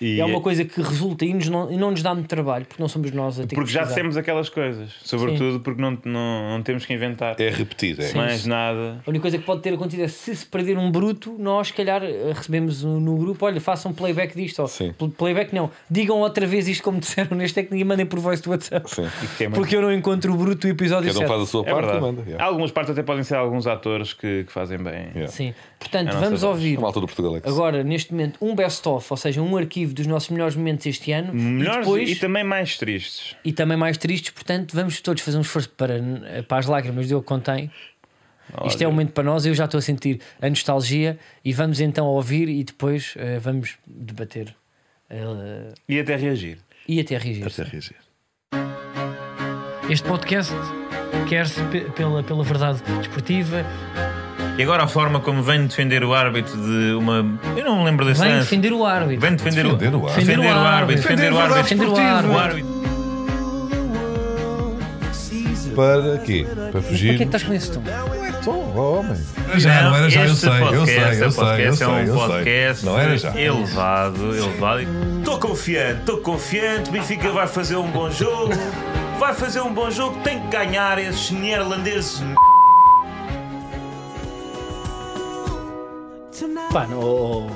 Speaker 2: E
Speaker 1: é uma coisa que resulta e, nos não, e não nos dá muito trabalho, porque não somos nós a ter
Speaker 2: Porque
Speaker 1: que
Speaker 2: já
Speaker 1: pesquisar.
Speaker 2: dissemos aquelas coisas. Sobretudo porque não, não, não temos que inventar
Speaker 3: É repetir, é.
Speaker 2: mais nada.
Speaker 1: A única coisa que pode ter acontecido é se se perder um bruto, nós, se calhar, eh, recebemos um- no grupo: olha, façam playback disto. Ou,
Speaker 3: Sim.
Speaker 1: pl- Playback não. Digam outra vez isto como disseram neste é técnico e mandem por voice do WhatsApp.
Speaker 3: Sim.
Speaker 2: Que é uma-
Speaker 1: Porque eu não encontro o bruto do episódio
Speaker 3: Cada um
Speaker 1: 7.
Speaker 3: faz a sua
Speaker 2: É
Speaker 3: parte e
Speaker 2: verdade.
Speaker 3: manda. yeah.
Speaker 2: Algumas partes até podem ser alguns atores que, que fazem bem.
Speaker 3: Yeah.
Speaker 1: Sim.
Speaker 2: É
Speaker 1: Portanto,
Speaker 2: a nossa
Speaker 1: vamos
Speaker 2: voz.
Speaker 1: ouvir
Speaker 3: A malta do Portugal é que
Speaker 1: agora, neste momento, um best-of, ou seja, um arquivo dos nossos melhores momentos este ano.
Speaker 2: Melhores
Speaker 1: e depois...
Speaker 2: e também mais tristes.
Speaker 1: e também mais tristes, portanto, vamos todos fazer um esforço para, para as lágrimas de eu contém. Isto é um momento para nós, eu já estou a sentir a nostalgia e vamos então ouvir e depois eh, vamos debater eh,
Speaker 2: E até reagir.
Speaker 1: e até reagir.
Speaker 3: se reagir.
Speaker 4: Thank
Speaker 1: Este podcast quer-se pe- pela, pela verdade desportiva,
Speaker 2: E agora a forma como vem defender o árbitro de uma. Eu não me lembro desse
Speaker 1: vem
Speaker 2: lance.
Speaker 1: defender o árbitro.
Speaker 2: Vem defender,
Speaker 5: Defender
Speaker 2: o...
Speaker 5: o árbitro.
Speaker 2: defender o árbitro. Defender o árbitro.
Speaker 1: Defender o árbitro.
Speaker 2: O árbitro.
Speaker 3: Para quê? Para
Speaker 1: Porquê é que
Speaker 3: fugir?
Speaker 1: estás com esse tom?
Speaker 3: Tom, oh, homem. Já, não, era já, eu
Speaker 2: este
Speaker 3: sei, eu sei,
Speaker 2: podcast,
Speaker 3: eu
Speaker 2: este
Speaker 3: sei, eu
Speaker 2: podcast
Speaker 3: sei,
Speaker 2: é um
Speaker 3: eu
Speaker 2: podcast
Speaker 3: sei. Não era já.
Speaker 2: elevado, elevado. Estou confiante, estou confiante. Benfica vai fazer um bom jogo. Vai fazer um bom jogo. Tem que ganhar esses neerlandeses.
Speaker 1: Pá, não, oh,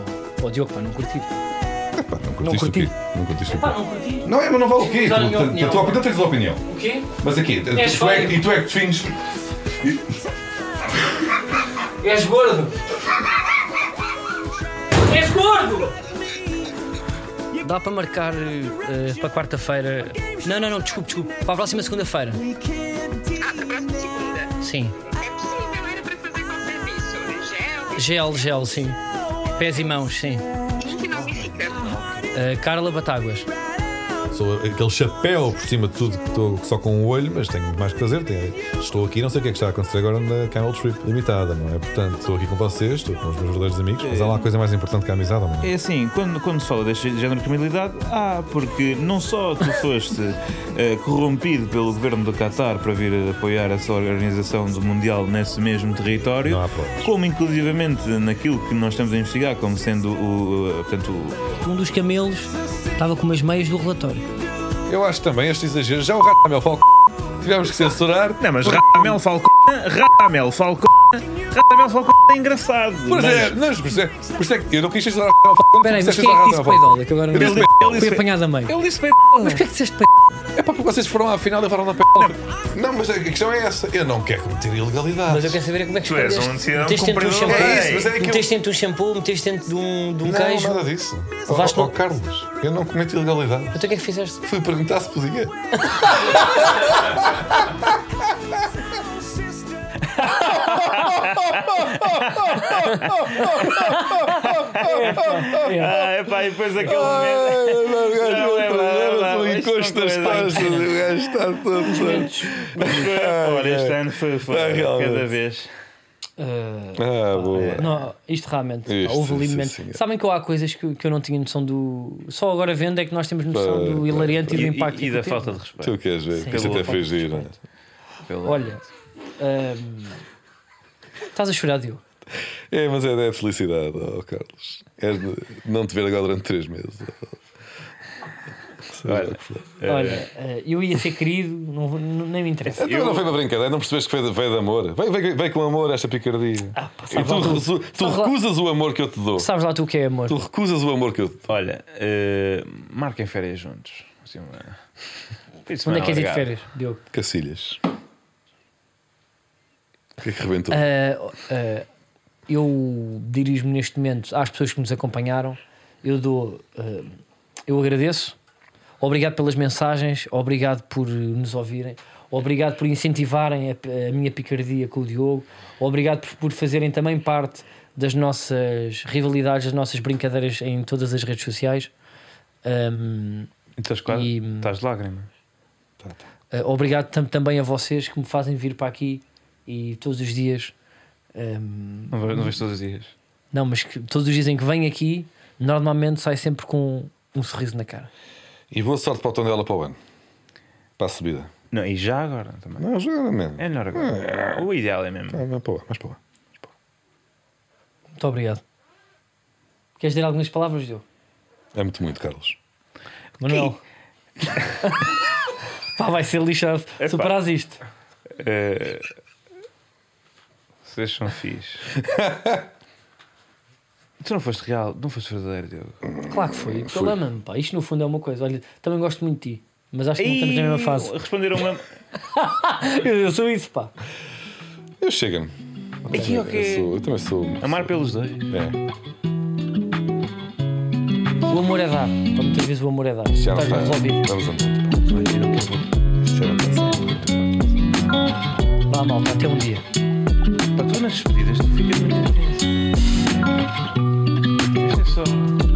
Speaker 1: oh, oh, Diogo, pá, não curti.
Speaker 3: Pá, não
Speaker 1: Não
Speaker 3: curtiste o
Speaker 1: curti.
Speaker 3: quê? Não curtiste o quê?
Speaker 1: Pá, não curti.
Speaker 5: Não, é, mas não vale o quê?
Speaker 1: Dar a minha
Speaker 5: Tu- tu-
Speaker 1: opinião.
Speaker 5: A tua opinião tens a opinião.
Speaker 1: O quê?
Speaker 5: Mas aqui, tu,
Speaker 1: És
Speaker 5: tu é,
Speaker 1: feio.
Speaker 5: e tu é que defines.
Speaker 1: És gordo! És gordo! Dá para marcar eh, para quarta-feira. Não, não, não, desculpe, desculpe. Para a próxima segunda-feira. Sim.
Speaker 6: É possível, era para fazer qualquer isso, né? Gel,
Speaker 1: Gel, gel, sim. Pés e mãos, sim.
Speaker 6: em que nome fica?
Speaker 1: Eh, Carla Batáguas.
Speaker 3: Sou aquele chapéu por cima de tudo que estou só com um olho, mas tenho mais que fazer. tenho- Estou aqui, não sei o que é que está a acontecer agora na Camel Trip Limitada, não é? Portanto, estou aqui com vocês, estou com os meus verdadeiros amigos, mas há lá coisa mais importante que a amizade, homem.
Speaker 2: É assim, quando, quando se fala deste género de criminalidade, ah, porque não só tu foste eh, corrompido pelo governo do Qatar para vir a apoiar essa organização do Mundial nesse mesmo território,
Speaker 3: Não há provas.
Speaker 2: como inclusivamente naquilo que nós estamos a investigar como sendo o, eh, portanto, o-
Speaker 1: Um dos camelos estava com umas meias do relatório.
Speaker 3: Eu acho também este exagero. Já o rato meu falo Tivemos que censurar.
Speaker 2: Não, mas Ramel Falcona, Ramel Falcona, Ramel Falcona é engraçado.
Speaker 3: Pois é,
Speaker 2: mas-
Speaker 3: não, mas por isso é, por isso é que eu não quis censurar a falo
Speaker 1: Espera aí, mas quem é que disse peidola? Que agora não
Speaker 3: Eu disse
Speaker 2: peidola.
Speaker 1: Fui apanhado a meio.
Speaker 2: Ele disse bem.
Speaker 1: Mas porquê é que disseste peidola?
Speaker 3: É pá, porque vocês foram à final e levaram na peidola. Não, mas a questão é essa. Eu não quero cometer ilegalidades.
Speaker 1: Mas eu quero saber é como é que
Speaker 2: Tu és um
Speaker 1: escondeste.
Speaker 2: cidadão
Speaker 1: Meteste dentro de um
Speaker 2: cumpridor da
Speaker 1: shampoo.
Speaker 3: É isso, mas é aquilo.
Speaker 1: Meteste dentro de um shampoo, meteste dentro de um, de um
Speaker 3: não,
Speaker 1: queijo.
Speaker 3: nada disso.
Speaker 1: Levaste
Speaker 3: Ó ó,
Speaker 1: no-
Speaker 3: Carlos, eu não cometo ilegalidades.
Speaker 1: Então o que é que fizeste?
Speaker 3: Fui perguntar se podia.
Speaker 2: Ah, é pá, e depois aquele momento.
Speaker 3: o gajo
Speaker 2: Não, é verdade, é verdade. Isto não é verdade.
Speaker 3: o gajo está todo.
Speaker 2: é Olha, é- este ano foi, foi
Speaker 3: Ah, realmente.
Speaker 2: cada vez.
Speaker 3: Ah, boa.
Speaker 1: Não, isto realmente.
Speaker 3: Isto,
Speaker 1: houve ali
Speaker 3: sim,
Speaker 1: momentos.
Speaker 3: senhor.
Speaker 1: Sabem que há coisas que, que eu não tinha noção do. Só agora vendo é que nós temos noção do hilariante e do
Speaker 2: E,
Speaker 1: impacto.
Speaker 2: e, e
Speaker 1: que
Speaker 2: da
Speaker 1: teve.
Speaker 2: falta de respeito.
Speaker 3: Tu queres ver? que Isto
Speaker 2: Pelo-
Speaker 3: até foi giro. é?
Speaker 2: Pelo-
Speaker 1: Olha. hum, Estás a chorar, Diogo.
Speaker 3: É, mas é da felicidade, ó Carlos. É de não te ver agora durante três meses. Seja
Speaker 2: Olha.
Speaker 3: o que for.
Speaker 1: Olha, eh, eu ia ser querido, não- não- nem me interessa.
Speaker 3: Então não foi uma brincadeira, não percebeste que veio de, veio de amor. Veio, veio, veio com amor esta picardia.
Speaker 1: sabe
Speaker 3: e tu,
Speaker 1: lá tu.
Speaker 3: resu- tu
Speaker 1: Sabe lá-
Speaker 3: recusas o amor que eu te dou.
Speaker 1: Sabes lá tu o que é amor?
Speaker 3: Tu recusas o amor que eu te dou.
Speaker 2: Olha, eh, marquem férias juntos. Assim, uma- fim de
Speaker 1: Onde
Speaker 2: semana
Speaker 1: é que queres ir de
Speaker 2: largada.
Speaker 1: férias, Diogo?
Speaker 3: Cacilhas. O que é que rebentou?
Speaker 1: Ah, ah, eu dirijo-me neste momento às pessoas que nos acompanharam. Eu dou, ah, eu agradeço. Obrigado pelas mensagens, obrigado por eh, nos ouvirem, obrigado por incentivarem a, a minha picardia com o Diogo, obrigado por, por fazerem também parte das nossas rivalidades, das nossas brincadeiras em todas as redes sociais. Ahm,
Speaker 2: Estás Então, quase.
Speaker 1: E-
Speaker 2: Estás de lágrima.
Speaker 1: Uh, obrigado tam- também a vocês que me fazem vir para aqui e todos os dias. um,
Speaker 2: Não, ve- não vejo todos os dias.
Speaker 1: não, mas que todos os dias em que venho aqui, normalmente sai sempre com um sorriso na cara.
Speaker 3: E boa sorte para o tom dela para o ano. Para a subida.
Speaker 2: Não, e já agora também.
Speaker 3: Não, já era mesmo.
Speaker 2: É melhor agora.
Speaker 1: Hum.
Speaker 2: O ideal é mesmo.
Speaker 3: Ah, mas para o ano, mas para o ano.
Speaker 1: Muito obrigado. Queres dizer algumas palavras, Diogo?
Speaker 3: É muito, muito, Carlos.
Speaker 1: Manuel. Pá, vai ser lixado.
Speaker 2: Epá.
Speaker 1: Superas isto.
Speaker 2: Eh, Vocês são fixe. tu não foste real, não foste verdadeiro, Diogo.
Speaker 1: Claro que foi. Ele ama-me, pá. Isto no fundo é uma coisa. Olha, também gosto muito de ti, mas acho que não estamos na mesma fase.
Speaker 2: Responderam uma.
Speaker 1: Eu, eu sou isso, pá.
Speaker 3: Eu chego-me.
Speaker 2: Aqui,
Speaker 3: Eu,
Speaker 2: ok.
Speaker 3: sou- eu também sou.
Speaker 2: Amar pelos dois.
Speaker 3: É.
Speaker 1: O amor é dar. Pá, muitas vezes o amor é dar.
Speaker 3: Já não
Speaker 1: Estás
Speaker 3: está.
Speaker 1: resolvido.
Speaker 3: Vamos a um ponto. Isto já não está.
Speaker 1: Vá, malta. Até um dia.
Speaker 2: Para tu nas despedidas, tu ficas muito intenso. Isto é só.